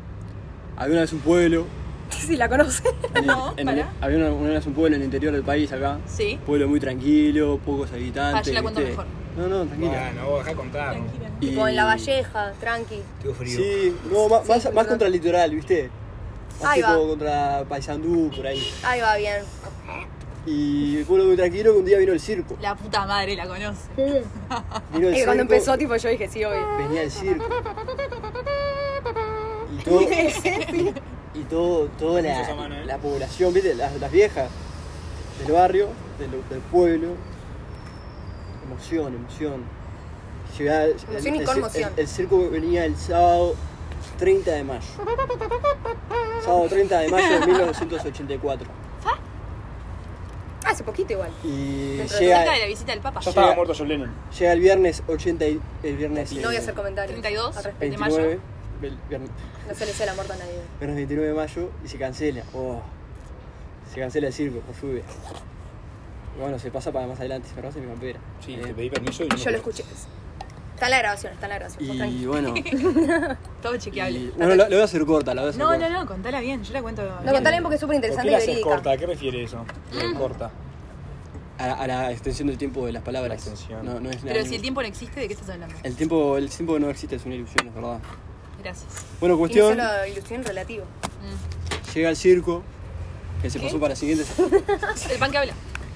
Speaker 5: Había una vez un pueblo.
Speaker 2: Si la conoce.
Speaker 5: en el-
Speaker 3: No,
Speaker 5: en el-
Speaker 3: pará.
Speaker 5: había una, una vez un pueblo en el interior del país acá.
Speaker 3: Sí.
Speaker 5: Pueblo muy tranquilo, pocos
Speaker 3: Ah, yo
Speaker 5: habitantes.
Speaker 3: la cuento
Speaker 5: ¿viste?
Speaker 3: mejor.
Speaker 5: No, no, tranquila.
Speaker 1: Bueno, vos Ah, dejá contar.
Speaker 3: Tranquila.
Speaker 5: Y-
Speaker 2: Tipo en la Valleja, tranqui.
Speaker 1: Tengo frío.
Speaker 5: Sí, no, ma-
Speaker 2: Sí,
Speaker 5: más,
Speaker 2: porque
Speaker 5: más
Speaker 2: no-
Speaker 5: contra el litoral, ¿viste? Más
Speaker 2: Ahí
Speaker 5: que
Speaker 2: va.
Speaker 5: todo contra Paysandú, por ahí.
Speaker 2: Ahí va bien.
Speaker 5: Y el pueblo muy tranquilo que un día vino el circo.
Speaker 3: La puta madre la conoce.
Speaker 5: Vino el
Speaker 2: Y cuando
Speaker 5: circo,
Speaker 2: empezó tipo yo dije, sí, hoy.
Speaker 5: Venía el circo. Y todo. y Y todo, toda la,
Speaker 1: Muchos a mano, ¿eh?
Speaker 5: la población, ¿viste? Las, las viejas del barrio, del, del pueblo. Emoción, emoción. Llegaba-
Speaker 2: Emoción y
Speaker 5: el-
Speaker 2: conmoción.
Speaker 5: El, el circo venía el sábado 30 de mayo. Sábado 30 de mayo de 1984.
Speaker 2: Ah, hace poquito igual.
Speaker 5: Y
Speaker 2: Dentro de
Speaker 5: llega,
Speaker 3: Cerca de la visita del Papa.
Speaker 5: Yo-
Speaker 3: Yo,
Speaker 5: estaba muerto
Speaker 1: John Lennon.
Speaker 5: llega el viernes 80 y- el viernes
Speaker 2: No voy a hacer
Speaker 5: eh,
Speaker 2: comentarios.
Speaker 3: 32.
Speaker 2: Al respecto.
Speaker 5: 29,
Speaker 3: mayo.
Speaker 5: el viernes,
Speaker 2: No se le sea la muerte a nadie.
Speaker 5: viernes 29 de mayo y se cancela. Oh, se cancela el circo por lluvia. Y Bueno, se pasa para más adelante, se me rosa mi campera.
Speaker 1: Sí,
Speaker 5: Eh,
Speaker 1: te pedí permiso y no
Speaker 2: Yo lo escuché. Está en la grabación, está en la grabación. vos
Speaker 5: pues. Y
Speaker 2: tranqui.
Speaker 5: bueno,
Speaker 3: todo chequeable.
Speaker 5: y- bueno, la, la voy a hacer corta, la voy a hacer
Speaker 3: No,
Speaker 5: corta.
Speaker 3: no, no, contala bien, yo la cuento.
Speaker 2: No, contale bien porque es súper
Speaker 1: ¿Por qué
Speaker 2: interesante Mm. y
Speaker 1: la haces
Speaker 2: verídica.
Speaker 1: corta? ¿A qué refiere eso? Eh, Corta.
Speaker 5: A, la- a la extensión del tiempo de las palabras.
Speaker 1: La extensión.
Speaker 5: No, no Eh. es nada.
Speaker 3: Pero si el tiempo no existe, ¿de qué estás hablando?
Speaker 5: el tiempo, el tiempo no existe, es una ilusión, es verdad.
Speaker 3: Gracias.
Speaker 5: Bueno,
Speaker 2: Y no
Speaker 5: cuestión,
Speaker 2: solo ilusión relativo.
Speaker 3: Mm.
Speaker 5: llega el circo, que se
Speaker 3: ¿Qué?
Speaker 5: pasó para la siguiente.
Speaker 3: El pan que habla.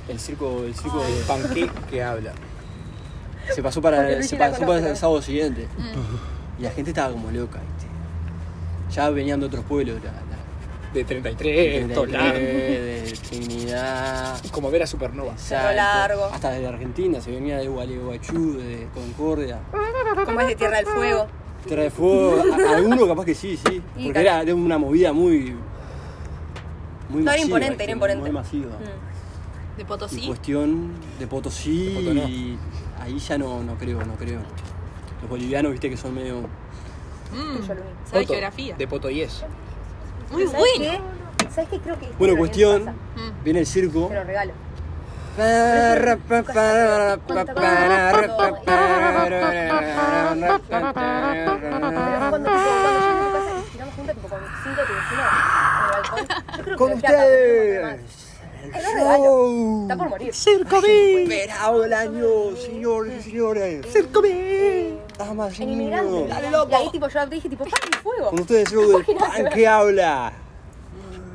Speaker 5: El circo, el circo de-
Speaker 1: Panqué que habla.
Speaker 3: Ah.
Speaker 5: se pasó para,
Speaker 2: Luigi
Speaker 5: se
Speaker 2: la
Speaker 5: pasó
Speaker 2: conoce,
Speaker 5: para
Speaker 2: ¿no?
Speaker 5: el sábado siguiente.
Speaker 3: Mm.
Speaker 5: Y la gente estaba como loca, ¿viste? Ya venían de otros pueblos, la, la-
Speaker 1: De 33,
Speaker 5: de,
Speaker 1: Eh, esto largo.
Speaker 5: de Trinidad,
Speaker 1: Como ver a Supernova.
Speaker 5: Salto,
Speaker 2: Largo.
Speaker 5: hasta desde Argentina, se venía de Gualeguaychú, de Concordia,
Speaker 2: Como es de Tierra del Fuego.
Speaker 5: Tierra de Fuego, a- alguno capaz que sí, sí,
Speaker 2: Y
Speaker 5: porque
Speaker 2: tal.
Speaker 5: era de una movida muy...
Speaker 2: No,
Speaker 5: Muy
Speaker 2: era
Speaker 5: masiva,
Speaker 2: imponente,
Speaker 5: ¿viste?
Speaker 2: era imponente.
Speaker 5: Muy masiva.
Speaker 2: Mm.
Speaker 3: De
Speaker 5: Y pues,
Speaker 3: Potosí.
Speaker 5: cuestión de Potosí,
Speaker 1: De Potosí no.
Speaker 5: y ahí ya no, no creo, no creo. Los bolivianos, viste, que son medio...
Speaker 3: Mm.
Speaker 2: Yo lo vi.
Speaker 3: Sabe geografía.
Speaker 1: De Potoyes.
Speaker 3: Muy
Speaker 2: ¿Sabes
Speaker 3: bueno.
Speaker 2: qué? ¿Sabes qué? Creo que.
Speaker 5: Bueno,
Speaker 2: también
Speaker 5: cuestión,
Speaker 2: pasa.
Speaker 3: Mm.
Speaker 5: viene el circo...
Speaker 2: Te lo regalo. Cuando, cuando yo en mi casa nos tiramos juntas, tipo con cinco de vecinos en el balcón, yo creo que
Speaker 5: Con
Speaker 2: lo flaca, porque no me acuerdo
Speaker 5: ustedes, el
Speaker 2: Te lo regalo.
Speaker 5: show.
Speaker 2: Está por morir.
Speaker 5: Circo B. Esperado el año, señores y señores. Circo B. Damas
Speaker 2: más. En
Speaker 5: y
Speaker 2: inmigrante.
Speaker 5: niños.
Speaker 2: Y ahí tipo yo te dije tipo, ¡Pan fuego!
Speaker 5: Con ustedes, el show del pan que habla.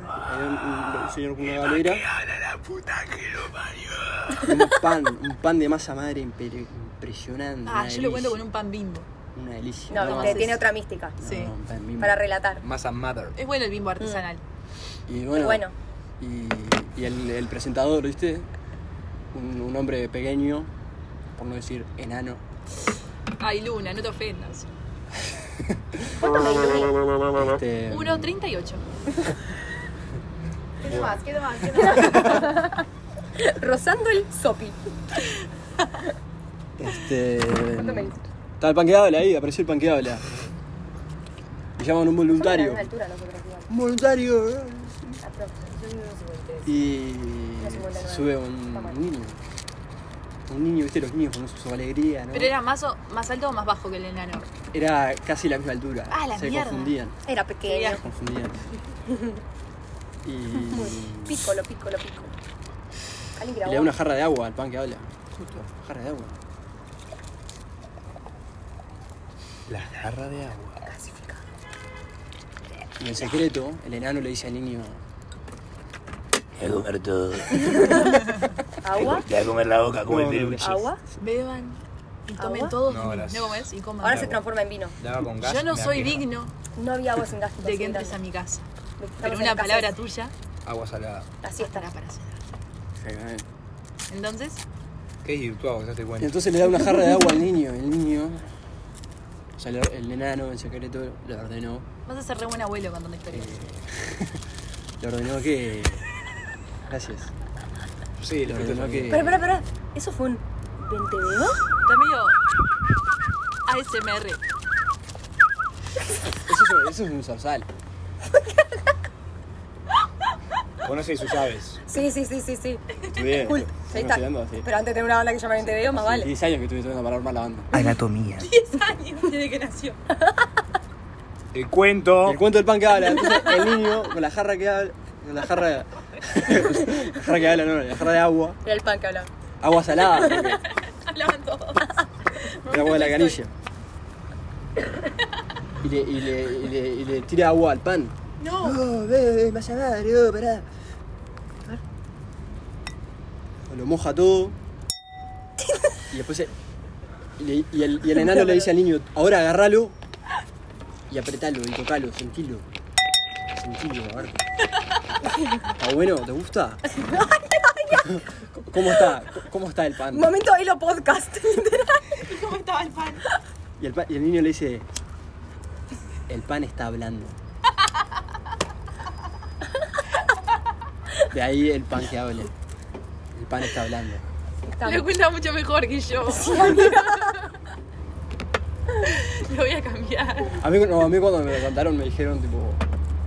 Speaker 5: Hay un, un señor con una galera. Un pan, un pan de masa madre impre- impresionante.
Speaker 3: Ah,
Speaker 5: una
Speaker 3: yo lo cuento con
Speaker 5: delicia,
Speaker 3: un pan bimbo.
Speaker 5: Una delicia.
Speaker 2: No,
Speaker 3: No,
Speaker 2: viste,
Speaker 3: sí.
Speaker 2: tiene otra mística
Speaker 5: no,
Speaker 3: Sí.
Speaker 5: no, un pan mismo.
Speaker 2: para relatar.
Speaker 1: Massa Mother.
Speaker 3: Es bueno el bimbo artesanal.
Speaker 5: Y
Speaker 2: Y
Speaker 5: bueno.
Speaker 2: bueno,
Speaker 5: Y, y el, el presentador, ¿viste? Un, un hombre pequeño, por no decir enano.
Speaker 3: Ay, Luna, no te ofendas.
Speaker 5: Este,
Speaker 3: 1.38.
Speaker 4: ¿Qué más? ¿Qué más? ¿Qué más?
Speaker 2: rozando el sopi.
Speaker 5: Este.
Speaker 2: ¿Cuánto me dices?
Speaker 5: Está el pan que habla ahí, apareció el pan que habla. Y llaman a
Speaker 2: Somos de la
Speaker 5: un voluntario.
Speaker 2: misma altura nosotros, igual.
Speaker 5: Un voluntario. eh.
Speaker 2: Aprox. Yo vivo en 53.
Speaker 5: Y
Speaker 2: Una 59.
Speaker 5: sube
Speaker 2: Está mal.
Speaker 5: un niño. Un niño, viste, los niños con su, su alegría, ¿no?
Speaker 3: Pero era más, o- más alto o más bajo que el enano.
Speaker 5: Era casi la misma altura.
Speaker 3: Ah, la
Speaker 5: Se
Speaker 3: mierda.
Speaker 5: confundían.
Speaker 2: Era
Speaker 3: Mira.
Speaker 2: pequeño.
Speaker 5: Se confundían. Y.
Speaker 2: Pico, lo pico, lo pico. Alguien
Speaker 5: Y
Speaker 2: grabó.
Speaker 5: le da una jarra de agua al pan que habla. Justo, jarra de agua.
Speaker 1: La jarra de agua.
Speaker 5: Y en secreto, el enano le dice al niño.
Speaker 7: Voy a comer todo.
Speaker 2: ¿Agua?
Speaker 7: Te voy a comer la boca como
Speaker 5: No,
Speaker 7: el
Speaker 5: no,
Speaker 7: peluche.
Speaker 2: ¿Agua?
Speaker 3: Beban y tomen
Speaker 2: ¿Agua?
Speaker 3: todos.
Speaker 1: No,
Speaker 3: No,
Speaker 1: las-
Speaker 3: comes y coman.
Speaker 2: Ahora se transforma en vino.
Speaker 1: Lava con gas.
Speaker 3: Yo no
Speaker 1: me da
Speaker 3: soy
Speaker 1: queja.
Speaker 3: digno
Speaker 2: No había agua sin gas. tipo,
Speaker 3: de que
Speaker 2: sin
Speaker 3: entres
Speaker 2: gas.
Speaker 3: a mi casa.
Speaker 2: Estamos
Speaker 3: Pero
Speaker 2: en
Speaker 3: una
Speaker 2: casas.
Speaker 3: palabra tuya
Speaker 1: Agua salada.
Speaker 2: Así
Speaker 3: estará
Speaker 2: estará.
Speaker 3: para cenar.
Speaker 5: "Exactamente".
Speaker 3: Entonces,
Speaker 1: Qué desvirtuado, ya te
Speaker 5: Y
Speaker 1: cuenta.
Speaker 5: entonces le da una jarra de agua al niño. El niño. O sea, le- el enano en secreto le ordenó.
Speaker 3: vas a ser re buen abuelo contando
Speaker 5: eh,
Speaker 3: historias.
Speaker 5: le ordenó que. Gracias.
Speaker 1: Sí,
Speaker 5: Le
Speaker 1: lo que
Speaker 5: ordenó que.
Speaker 2: Pero, pero, pero, ¿eso fue un venteveo?
Speaker 3: Está medio ASMR.
Speaker 5: Eso, es- eso es un zarzal.
Speaker 1: Conoce sus aves.
Speaker 2: Sí, sí, sí, sí, sí.
Speaker 5: Estuve.
Speaker 2: Cool. Ahí está.
Speaker 5: Hablando, sí.
Speaker 2: Pero antes de tener una banda que se llama venteveo, más vale.
Speaker 5: 10 años que estuve estudiando para armar la banda.
Speaker 7: Anatomía.
Speaker 3: 10 años desde que nació.
Speaker 1: El cuento.
Speaker 5: El cuento del pan que habla. Entonces, el niño con la jarra que habla. Con la jarra. la jarra que habla, no, la jarra de agua.
Speaker 2: Era el pan que hablaba.
Speaker 5: Agua salada. porque
Speaker 3: Hablaban todos.
Speaker 5: El agua de la canilla. Y le, y le- y le- y le tira agua al pan. No, bebé, masa madre, oh, pará. Lo moja todo. Y después se- y, le- y el, y el enano le dice al niño, ahora agárralo y apretalo y tocalo, sentilo. Sentilo, a ver. ¿Está bueno? ¿Te gusta? ¿Cómo está? ¿Cómo está el pan?
Speaker 2: Momento Elo Podcast.
Speaker 3: ¿Cómo estaba el pan?
Speaker 5: Y el, pa- y el niño le dice, el pan está hablando. De ahí el pan que habla. El pan está hablando.
Speaker 2: Está
Speaker 3: Lo
Speaker 2: bien.
Speaker 3: cuenta mucho mejor que yo. Lo voy a cambiar.
Speaker 5: A mí, no, a mí cuando me lo contaron me dijeron, tipo,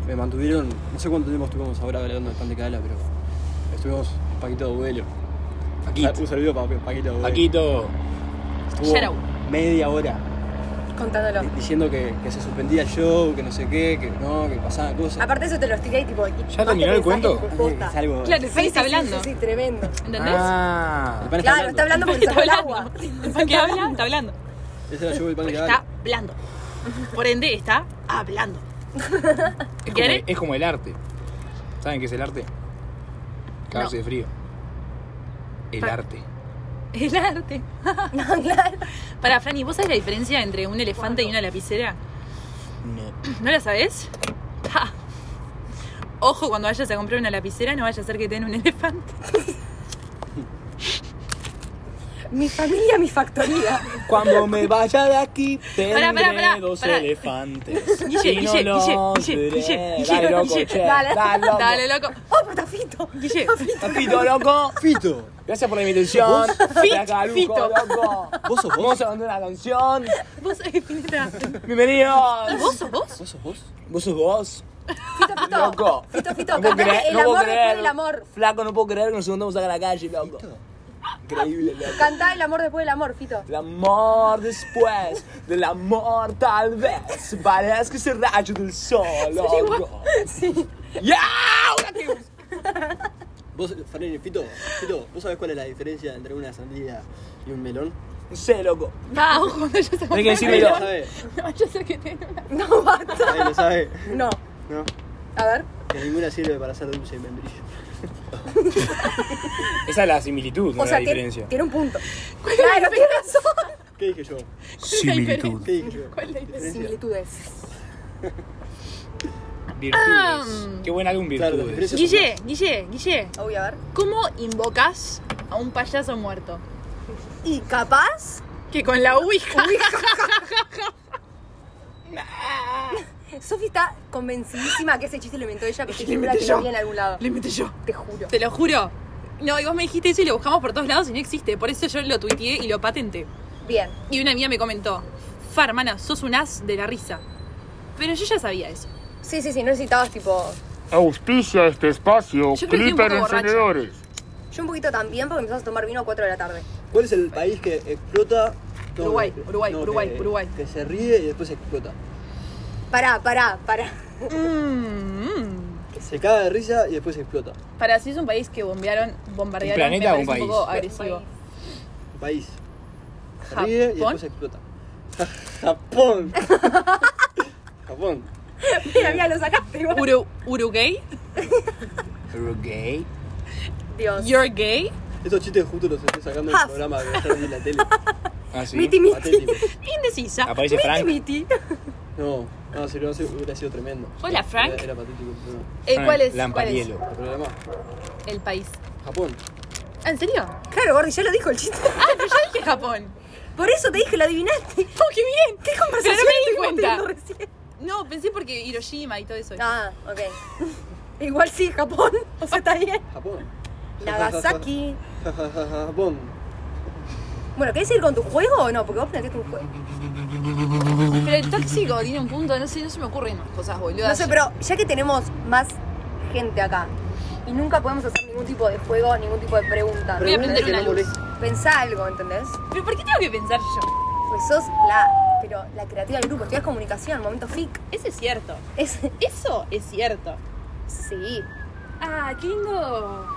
Speaker 5: me mantuvieron, no sé cuánto tiempo estuvimos ahora hablando del pan de cadela, pero estuvimos Paquito de vuelo.
Speaker 7: Paquito.
Speaker 5: Un saludo para Paquito de vuelo.
Speaker 7: Paquito.
Speaker 5: Estuvo
Speaker 3: Shout out.
Speaker 5: media hora
Speaker 2: Contándolo.
Speaker 5: di- diciendo que, que se suspendía el show, que no sé qué, que no, que pasaban cosas.
Speaker 2: Aparte eso te lo estiré y tipo... y- más
Speaker 1: terminó
Speaker 2: te
Speaker 1: el
Speaker 2: pensás
Speaker 1: cuento?
Speaker 2: que, tipo, posta.
Speaker 5: Es algo-
Speaker 3: Claro, el
Speaker 2: Sí,
Speaker 3: pan
Speaker 2: sí,
Speaker 3: está
Speaker 2: sí,
Speaker 3: hablando.
Speaker 2: Sí, sí, tremendo.
Speaker 3: ¿Entendés?
Speaker 7: Ah.
Speaker 5: El pan
Speaker 2: Claro, está hablando porque
Speaker 3: Está
Speaker 2: sacó el
Speaker 3: hablando.
Speaker 2: agua.
Speaker 3: El pan que habla, está hablando.
Speaker 5: Ese era yo el pan de
Speaker 3: Porque
Speaker 5: cadela.
Speaker 3: Pues está hablando. Por ende, está hablando.
Speaker 1: Es como,
Speaker 3: ¿Quiere?
Speaker 1: es como el arte. ¿Saben qué es el arte? Cagarse de frío. El
Speaker 3: Pa-
Speaker 1: arte.
Speaker 3: El arte.
Speaker 2: No, claro.
Speaker 3: Para Franny, ¿vos sabés la diferencia entre un elefante y una lapicera?
Speaker 7: No.
Speaker 3: ¿No la sabés? Pa. Ojo, cuando vayas a comprar una lapicera, no vaya a ser que tenga un elefante.
Speaker 2: Mi familia, mi factoría.
Speaker 7: Cuando me vaya de aquí, tendré
Speaker 3: Pará, pará, pará,
Speaker 7: dos
Speaker 3: pará.
Speaker 7: elefantes.
Speaker 3: Guille,
Speaker 7: Y no
Speaker 3: Guille,
Speaker 7: los
Speaker 3: Guille,
Speaker 7: veré.
Speaker 3: Guille, Guille,
Speaker 7: Dale, loco,
Speaker 3: Guille.
Speaker 7: che.
Speaker 2: Dale.
Speaker 7: Dale, loco.
Speaker 3: Dale, loco.
Speaker 2: ¡Oh, patafito!
Speaker 3: Guille,
Speaker 7: Papito, loco.
Speaker 5: Fito,
Speaker 1: Gracias por la invitación.
Speaker 3: Fit- Fito.
Speaker 1: loco.
Speaker 5: ¿vos sos vos?
Speaker 7: Vamos a mandar una canción.
Speaker 3: vos sos Spinetta.
Speaker 7: Bienvenidos.
Speaker 3: ¿Y vos sos vos?
Speaker 5: ¿Vos sos vos?
Speaker 7: ¿Vos sos vos?
Speaker 2: Fito, Fito.
Speaker 7: Loco.
Speaker 2: Fito, Fito.
Speaker 7: No puedo
Speaker 2: cambiale
Speaker 7: creer,
Speaker 2: el
Speaker 7: no puedo
Speaker 2: amor después
Speaker 7: creer.
Speaker 2: del amor.
Speaker 7: Flaco, no puedo creer que nos encontramos acá en la calle, loco. Increíble, loco.
Speaker 2: Cantá el amor después del amor, Fito.
Speaker 7: El amor después del amor tal vez parezca ese rayo del sol, loco. ¡Ya! ¡Una que-
Speaker 5: ¿Vos, Fernández, Fito, Fito, ¿vos sabés cuál es la diferencia entre una sandía y un melón?
Speaker 7: No sé, loco.
Speaker 3: Ah, ojo, cuando vayas a comprar.
Speaker 7: Tenés que decirme
Speaker 5: Ahí
Speaker 7: yo.
Speaker 5: lo sabe,
Speaker 3: No vaya a ser que tenga una.
Speaker 2: No, basta.
Speaker 5: ahí lo sabe.
Speaker 2: No.
Speaker 5: No,
Speaker 2: A ver.
Speaker 5: que ninguna sirve para hacer dulce y membrillo.
Speaker 1: Esa es la similitud, no
Speaker 2: O sea,
Speaker 1: la
Speaker 2: tiene,
Speaker 1: diferencia.
Speaker 2: tiene un punto. Claro, tiene razón.
Speaker 5: ¿Qué dije yo?
Speaker 1: Similitud.
Speaker 5: ¿Qué dije yo?
Speaker 3: ¿Cuál es la diferencia?
Speaker 2: Similitudes. Ah,
Speaker 1: Virtudes.
Speaker 2: mm.
Speaker 1: Qué buen álbum
Speaker 5: Claro, la
Speaker 1: Virtudes.
Speaker 5: diferencia
Speaker 3: Guille, Guille, Guille,
Speaker 2: Uy, a ver.
Speaker 3: ¿cómo invocas a un payaso muerto?
Speaker 2: Y capaz
Speaker 3: Que con la ouija.
Speaker 2: Sofi está convencidísima que ese chiste lo inventó ella, pero estoy segura que lo vi en algún lado.
Speaker 3: Lo inventé yo.
Speaker 2: Te juro.
Speaker 3: Te lo juro. No, y vos me dijiste eso y lo buscamos por todos lados y no existe. Por eso yo lo tuiteé y lo patenté.
Speaker 2: Bien.
Speaker 3: Y una amiga me comentó, Fa, hermana, sos un as de la risa. Pero yo ya sabía eso.
Speaker 2: Sí, sí, sí, no necesitabas tipo.
Speaker 8: Auspicia este espacio
Speaker 3: Yo creo que estoy un
Speaker 8: Clipper
Speaker 3: poco borracha.
Speaker 8: Encendedores.
Speaker 2: Yo un poquito también porque empezamos a tomar vino a 4 de la tarde.
Speaker 5: ¿Cuál es el país que explota? todo-
Speaker 3: Uruguay, Uruguay,
Speaker 5: que-
Speaker 3: Uruguay, Uruguay.
Speaker 5: Que se ríe y después explota.
Speaker 2: Pará, pará, pará.
Speaker 5: Se caga de risa y después explota.
Speaker 3: Mm. Para si es un país que bombearon, bombardearon,
Speaker 1: ¿Un planeta
Speaker 3: me
Speaker 1: o un
Speaker 3: parece
Speaker 1: país?
Speaker 3: poco agresivo.
Speaker 5: Un país. Se
Speaker 3: Japón.
Speaker 5: ríe y después explota. Japón. Japón.
Speaker 2: Mira, mira, lo sacaste igual.
Speaker 3: Uru, Uruguay,
Speaker 7: ¿Pero gay?
Speaker 2: Dios.
Speaker 3: you're gay.
Speaker 5: Estos chistes justo los estoy sacando del
Speaker 3: Ah,
Speaker 2: Jaf.
Speaker 5: programa que están en la tele.
Speaker 1: Ah, sí.
Speaker 2: Miti, miti.
Speaker 5: Patético.
Speaker 3: Indecisa.
Speaker 1: Aparece Frank.
Speaker 2: Miti.
Speaker 5: No, no, si no hubiera sido tremendo.
Speaker 3: Hola, Frank.
Speaker 5: Era, era patético el programa.
Speaker 1: Ah,
Speaker 3: Eh, ¿Cuál es? ¿Cuál es?
Speaker 1: Lamparielo.
Speaker 5: El programa.
Speaker 3: El país.
Speaker 5: Japón.
Speaker 3: Ah, ¿En serio?
Speaker 2: Claro, Gordi, ya lo dijo el chiste.
Speaker 3: Ah, pero yo dije Japón.
Speaker 2: Por eso te dije, lo adivinaste.
Speaker 3: ¡Oh, qué bien!
Speaker 2: ¿Qué conversación
Speaker 3: Pero no me di
Speaker 2: estuvimos
Speaker 3: cuenta.
Speaker 2: teniendo recién?
Speaker 3: No, pensé porque Hiroshima y todo eso.
Speaker 2: Ah, ok. Igual sí, Japón. O sea, está bien.
Speaker 5: Japón.
Speaker 2: Nagasaki.
Speaker 5: Ja, ja, ja, ja, Japón.
Speaker 2: Bueno, ¿querés ir con tu juego o no? Porque vos planteaste un juego.
Speaker 3: Pero el tóxico tiene un punto, no sé, no se me ocurren más cosas, boludo.
Speaker 2: No sé, pero ya que tenemos más gente acá y nunca podemos hacer ningún tipo de juego, ningún tipo de pregunta.
Speaker 3: Voy a prender
Speaker 5: que
Speaker 3: una
Speaker 5: no
Speaker 3: luz.
Speaker 5: moleste.
Speaker 2: Pensá algo, ¿entendés?
Speaker 3: ¿Pero por qué tengo que pensar yo?
Speaker 2: Pues sos la, pero la creativa del grupo, estudias comunicación, momento fic.
Speaker 3: Eso es cierto.
Speaker 2: Es,
Speaker 3: Eso es cierto.
Speaker 2: sí.
Speaker 3: Ah, qué lindo.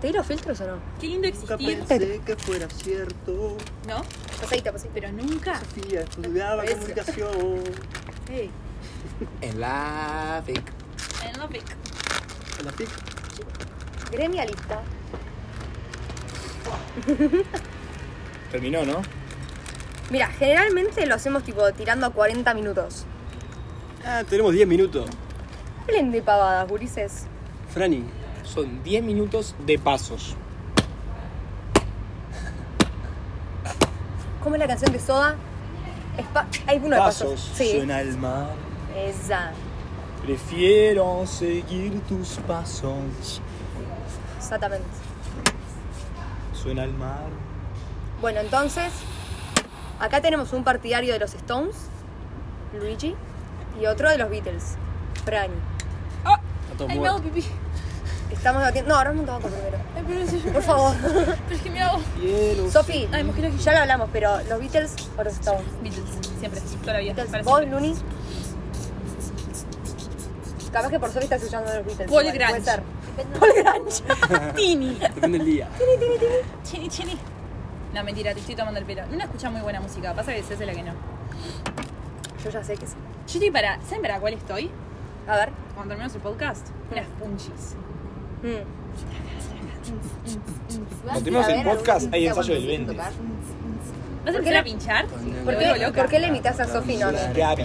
Speaker 2: ¿Te di los filtros o no?
Speaker 3: Qué lindo
Speaker 5: Nunca
Speaker 3: existir,
Speaker 5: pensé que fuera cierto.
Speaker 3: ¿no?
Speaker 2: Pasadita, pasadita.
Speaker 3: Pero nunca.
Speaker 5: Sofía estudiaba
Speaker 2: Eso.
Speaker 5: comunicación.
Speaker 3: Hey,
Speaker 7: En la fic.
Speaker 3: en la pic.
Speaker 5: En la PIC.
Speaker 2: Gremialista.
Speaker 1: Terminó, ¿no?
Speaker 2: Mira, generalmente lo hacemos tipo tirando a 40 minutos.
Speaker 5: Ah, tenemos 10 minutos.
Speaker 2: Hablen de pavadas, gurises.
Speaker 5: Franny,
Speaker 1: Son 10 minutos de pasos.
Speaker 2: ¿Cómo es la canción de Soda? Espa- Hay uno de pasos.
Speaker 7: Pasos
Speaker 2: Sí.
Speaker 7: suena el mar.
Speaker 2: Esa.
Speaker 7: Prefiero seguir tus pasos.
Speaker 2: Exactamente.
Speaker 7: Suena el mar.
Speaker 2: Bueno, entonces, acá tenemos un partidario de los Stones, Luigi, y otro de los Beatles, Franny.
Speaker 5: a todos
Speaker 9: Ay, me hago
Speaker 5: muertos.
Speaker 9: pipí.
Speaker 2: Estamos debatiendo. No, ahora un tabaco primero.
Speaker 9: Ay, pero si yo-
Speaker 2: Por favor.
Speaker 9: Pero es que me hago.
Speaker 2: Sofi,
Speaker 9: Ay, imagino que-
Speaker 2: ya lo hablamos, pero ¿los Beatles o los Stones?
Speaker 9: Beatles, siempre, toda la vida. para
Speaker 2: Beatles, ¿Vos,
Speaker 9: siempre.
Speaker 2: Luni? Capaz que por Sofi estás escuchando a los Beatles.
Speaker 9: Paul
Speaker 2: igual,
Speaker 9: Grange.
Speaker 2: Puede ser.
Speaker 9: Tini.
Speaker 5: Depende del día.
Speaker 9: Chini, chini.
Speaker 3: No, mentira, te estoy tomando el pelo. Luna escucha muy buena música, pasa que se hace la que no.
Speaker 2: Yo ya sé que sí.
Speaker 3: Yo estoy para. ¿Saben para cuál estoy?
Speaker 2: A ver.
Speaker 3: Cuando terminamos el podcast. Unas punchis.
Speaker 2: Mm.
Speaker 4: Cuando
Speaker 7: tenemos el podcast, hay ensayo del Duende.
Speaker 3: ¿Vas a
Speaker 2: ¿Por qué
Speaker 3: empezar a
Speaker 2: no?
Speaker 3: pinchar?
Speaker 2: ¿Por
Speaker 3: Me vuelvo
Speaker 2: qué,
Speaker 3: loca.
Speaker 2: ¿Por qué le imitas a Sofi? No, no.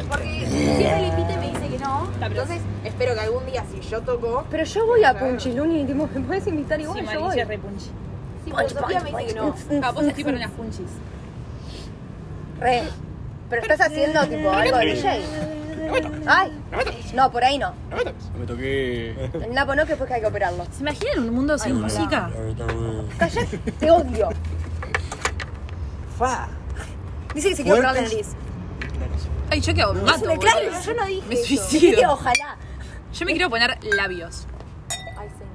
Speaker 4: Porque siempre le invita y me dice que no.
Speaker 3: Ah, pero-
Speaker 4: Entonces espero que algún día si yo toco.
Speaker 2: Pero yo voy a Punchis, Luni, tipo, me puedes invitar igual,
Speaker 3: Sí,
Speaker 2: yo
Speaker 3: Marilla
Speaker 2: voy.
Speaker 3: es re punchi.
Speaker 4: Sí, porque Sofía me dice que no.
Speaker 3: Ah, vos estoy para unas punchis.
Speaker 2: Re. Pero estás haciendo tipo algo de DJ. Ay, no, por ahí no.
Speaker 5: Me toqué.
Speaker 2: El Napo no, que después que hay que operarlo.
Speaker 3: ¿Se imaginan un mundo sin música?
Speaker 2: Calla, te odio.
Speaker 7: Fa.
Speaker 2: Dice que se quiere operar la
Speaker 7: Fuertes.
Speaker 2: nariz.
Speaker 3: Ay, yo quedo mato.
Speaker 2: Claro,
Speaker 3: boludo.
Speaker 2: yo no dije.
Speaker 3: Me
Speaker 2: eso.
Speaker 3: suicido.
Speaker 2: Dije, ojalá.
Speaker 3: Yo me quiero poner labios.
Speaker 4: Ay, señor.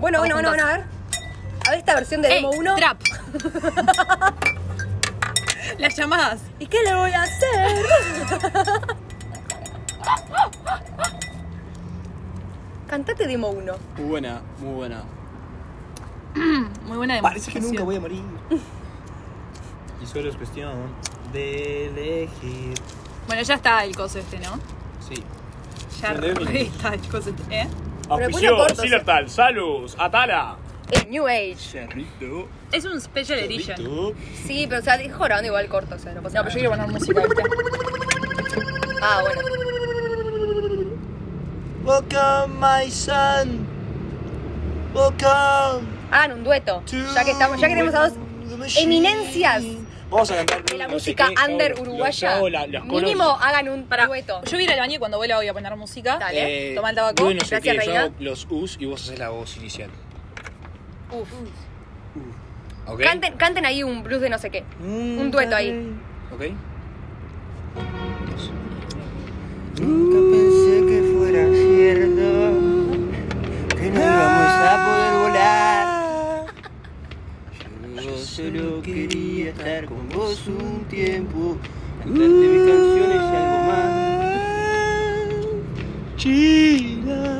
Speaker 2: Bueno, bueno, bueno, bueno, a ver. A ver esta versión de
Speaker 3: Ey,
Speaker 2: Demo 1.
Speaker 3: Trap. Las llamadas.
Speaker 2: ¿Y qué le voy a hacer? Cantate Demo 1.
Speaker 5: Muy buena, muy buena.
Speaker 3: Muy buena demostración.
Speaker 7: Parece que nunca voy a morir. Y solo es cuestión de elegir.
Speaker 3: Bueno, ya está el coso este, ¿no?
Speaker 7: Sí.
Speaker 3: Ya
Speaker 7: Son de
Speaker 3: re
Speaker 7: Emily.
Speaker 3: está el coso este. ¿Eh?
Speaker 2: Auspició, corto,
Speaker 8: Silertal, Salus, Atala.
Speaker 2: El New Age.
Speaker 7: Cerrito.
Speaker 3: Es un special edition.
Speaker 2: Sí, pero o sea, dijo grabando igual corto, o sea, no pasa
Speaker 3: No, pero yo quiero poner música. ¿viste?
Speaker 2: Ah, bueno.
Speaker 7: Welcome, my son. Welcome.
Speaker 2: Hagan un dueto. Ya que estamos, ya que tenemos a dos eminencias
Speaker 7: Vamos a cantar.
Speaker 2: de la música under uruguaya. Mínimo hagan un
Speaker 3: Pará,
Speaker 2: dueto.
Speaker 3: Yo voy a ir al baño y cuando vuelva voy a poner música.
Speaker 2: Dale.
Speaker 3: Eh, Toma el tabaco.
Speaker 1: Bueno, sé qué,
Speaker 2: Gracias,
Speaker 1: yo
Speaker 2: Reina.
Speaker 1: hago los us y vos haces la voz inicial.
Speaker 2: Uf.
Speaker 1: ¿Ok?
Speaker 2: Canten, canten ahí un blues de no sé qué. Un dueto ahí.
Speaker 1: ¿Ok?
Speaker 5: Nunca pensé que fuera cierto que no íbamos a poder volar. Yo solo quería estar con vos un tiempo, cantarte mis canciones y algo más. Chila.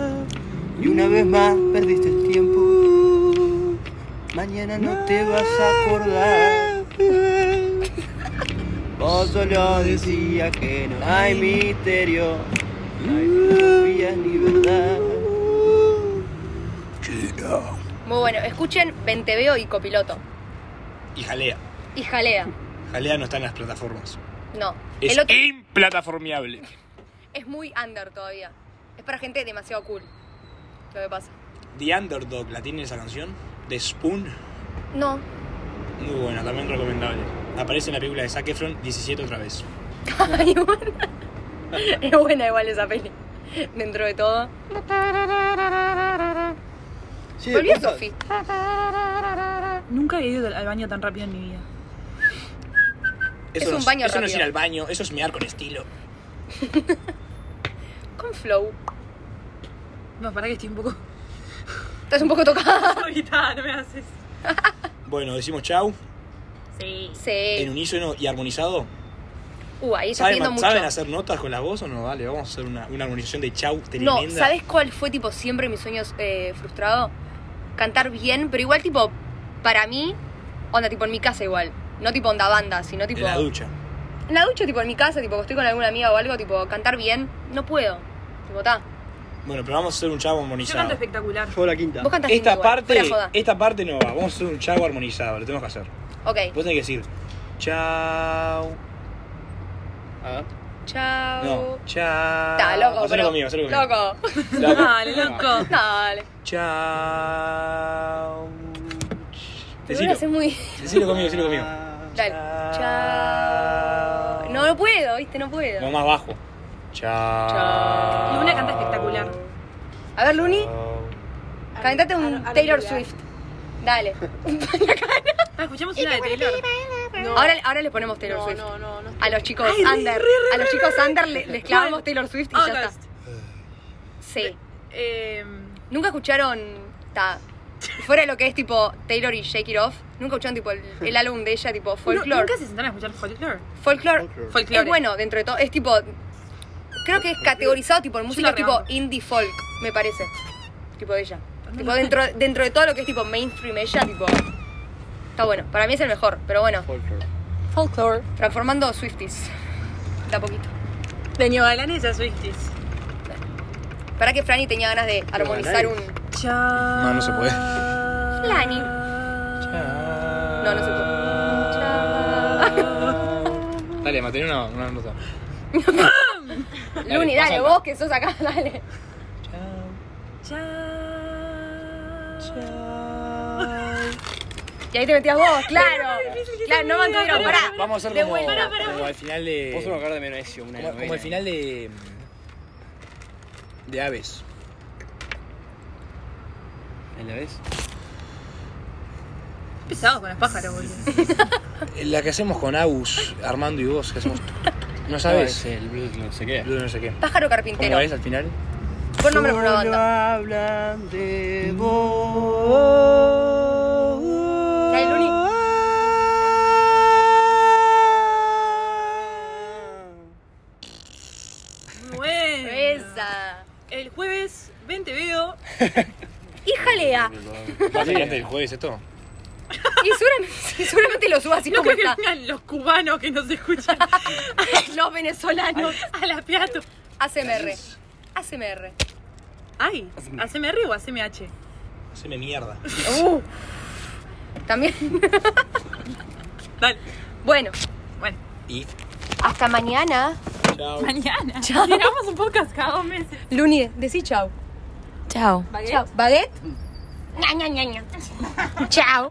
Speaker 5: Y una vez más perdiste el tiempo. Mañana no te vas a acordar. Vos solo decías que no hay misterio, no hay filosofía ni verdad.
Speaker 2: Muy bueno. Escuchen Venteveo y Copiloto.
Speaker 1: Y jalea.
Speaker 2: Y Jalea.
Speaker 1: Jalea no está en las plataformas.
Speaker 2: No.
Speaker 1: Es
Speaker 2: El otro
Speaker 1: implataformeable.
Speaker 2: es muy under todavía. Es para gente demasiado cool. Lo que pasa.
Speaker 1: The Underdog, ¿la tiene esa canción? De Spoon.
Speaker 2: No.
Speaker 1: Muy buena, también recomendable. Aparece en la película de Zac Efron, 17 otra vez.
Speaker 2: Ay, bueno. Es buena igual esa peli. Dentro de todo.
Speaker 5: Sí,
Speaker 2: Volvió
Speaker 5: posta,
Speaker 2: Sofi.
Speaker 3: Nunca he ido al baño tan rápido en mi vida.
Speaker 1: Eso
Speaker 2: un
Speaker 1: no
Speaker 2: baño
Speaker 1: Eso no es
Speaker 2: rápido.
Speaker 1: ir al baño, eso es mirar con estilo.
Speaker 2: Con flow.
Speaker 3: No, para que estoy un poco.
Speaker 2: Estás un poco tocada.
Speaker 3: Ahorita, no me haces.
Speaker 1: Bueno, decimos chau,
Speaker 3: Sí.
Speaker 1: en
Speaker 2: Sí.
Speaker 1: unísono y armonizado.
Speaker 2: Uh, ahí Eh. está
Speaker 1: ¿Saben,
Speaker 2: pidiendo mucho.
Speaker 1: saben hacer notas con la voz o no? Vale, vamos a hacer una, una armonización de chau tremenda.
Speaker 2: No, ¿sabes cuál fue tipo siempre mis sueños eh, frustrado? Cantar bien, pero igual tipo, para mí, onda tipo en mi casa igual. No tipo onda banda, sino tipo...
Speaker 1: En la ducha.
Speaker 2: En la ducha, tipo en mi casa, tipo que estoy con alguna amiga o algo, tipo cantar bien, no puedo. Tipo, ta.
Speaker 1: Bueno, pero vamos a hacer un chau
Speaker 3: Yo canto
Speaker 1: armonizado.
Speaker 3: espectacular.
Speaker 5: Yo la quinta.
Speaker 2: Vos cantás lindo
Speaker 1: Esta
Speaker 2: igual, fuera
Speaker 1: parte,
Speaker 2: de joda.
Speaker 1: esta parte no va, vamos a hacer un chau armonizado, lo tenemos que hacer.
Speaker 2: Ok.
Speaker 1: Vos tenés que decir chau,
Speaker 5: Ah,
Speaker 2: Chao.
Speaker 6: No.
Speaker 1: Chao.
Speaker 2: Está, loco,
Speaker 1: Hacelo
Speaker 2: pero-
Speaker 1: Ah, conmigo, hacelo conmigo.
Speaker 2: Loco.
Speaker 3: Dale, loco.
Speaker 2: Dale.
Speaker 1: Chao.
Speaker 2: Lo voy a hacer
Speaker 1: Decilo,
Speaker 2: muy.
Speaker 1: decilo conmigo, decilo conmigo.
Speaker 2: Dale. Chao. No, no puedo, viste, no puedo.
Speaker 1: No, más bajo. Chao.
Speaker 2: Chao.
Speaker 9: Luna canta espectacular.
Speaker 2: A ver, Luni, cantate
Speaker 4: Ar-
Speaker 2: un
Speaker 4: ar-
Speaker 2: Taylor
Speaker 4: articular.
Speaker 2: Swift. Dale.
Speaker 9: Ah, escuchamos una de Taylor.
Speaker 3: No.
Speaker 2: Ahora, ahora le ponemos Taylor
Speaker 3: no,
Speaker 2: Swift.
Speaker 3: no, no, no.
Speaker 2: A los chicos under. a los chicos under le- les clavamos Taylor Swift y ya
Speaker 3: August.
Speaker 2: está. Sí.
Speaker 3: Eh,
Speaker 2: Nunca escucharon. ta, Fuera de lo que es tipo Taylor y Shake It Off. Nunca escucharon tipo el, el álbum de ella, tipo Folklore.
Speaker 9: ¿Nunca se sentaron a escuchar folklore?
Speaker 2: Folklore.
Speaker 3: Folklore.
Speaker 2: Es bueno dentro de todo. Es tipo. Creo que es categorizado tipo en música
Speaker 9: la
Speaker 2: tipo
Speaker 9: rebanco.
Speaker 2: indie folk, me parece. Tipo de ella. Tipo dentro, dentro de todo lo que es tipo mainstream ella, tipo. Está bueno. Para mí es el mejor, pero bueno.
Speaker 3: Folklore.
Speaker 2: Transformando Swifties. De a poquito.
Speaker 3: De New Galanes a Swifties.
Speaker 2: Para que Franny tenía ganas de armonizar un.
Speaker 3: Chao.
Speaker 1: No, no se puede.
Speaker 2: Lani. No, no se puede.
Speaker 1: Dale, mantener una, una nota.
Speaker 2: Luni,
Speaker 1: vas
Speaker 2: dale,
Speaker 1: alta.
Speaker 2: vos que sos acá, dale. Y ahí te metías vos, claro. Claro, no mantuvieron, pará.
Speaker 1: Vamos a hacer como, como al final de.
Speaker 5: Vos sos un hogar de Menecio, una
Speaker 1: Eh, Como, como
Speaker 5: novela.
Speaker 1: el final de. de Aves.
Speaker 5: ¿En la vez?
Speaker 3: Pesados con los pájaros, boludo.
Speaker 1: La que hacemos con Agus, Armando y vos, que hacemos. No
Speaker 5: No,
Speaker 1: sabes.
Speaker 5: es el blues, no sé qué.
Speaker 1: Yo no sé qué.
Speaker 2: Pájaro carpintero.
Speaker 1: ¿Cómo es al final?
Speaker 2: Por nombre por una
Speaker 5: Solo
Speaker 2: banda.
Speaker 5: hablan de vos.
Speaker 2: Dale, Luli.
Speaker 3: Bueno.
Speaker 2: Esa.
Speaker 3: El jueves 20 veo.
Speaker 2: Híjale a.
Speaker 1: ¿Va a ser antes del jueves esto?
Speaker 2: Y seguramente, y seguramente lo subo así
Speaker 3: No
Speaker 2: como
Speaker 3: creo que
Speaker 2: está.
Speaker 3: vengan los cubanos que nos escuchan
Speaker 2: Los venezolanos.
Speaker 3: a la piato.
Speaker 2: ACMR. ACMR.
Speaker 3: Ay, ¿haceme o haceme
Speaker 1: Haceme mierda.
Speaker 2: También.
Speaker 3: Dale.
Speaker 2: Bueno,
Speaker 3: Bueno,
Speaker 1: Y.
Speaker 2: hasta mañana.
Speaker 1: Chao.
Speaker 9: Mañana. Tiramos un podcast cada dos meses.
Speaker 2: Luni, decí chau.
Speaker 4: Chao.
Speaker 2: Chau. ¿Baguette? Ña, ña, ña, ña. Chau.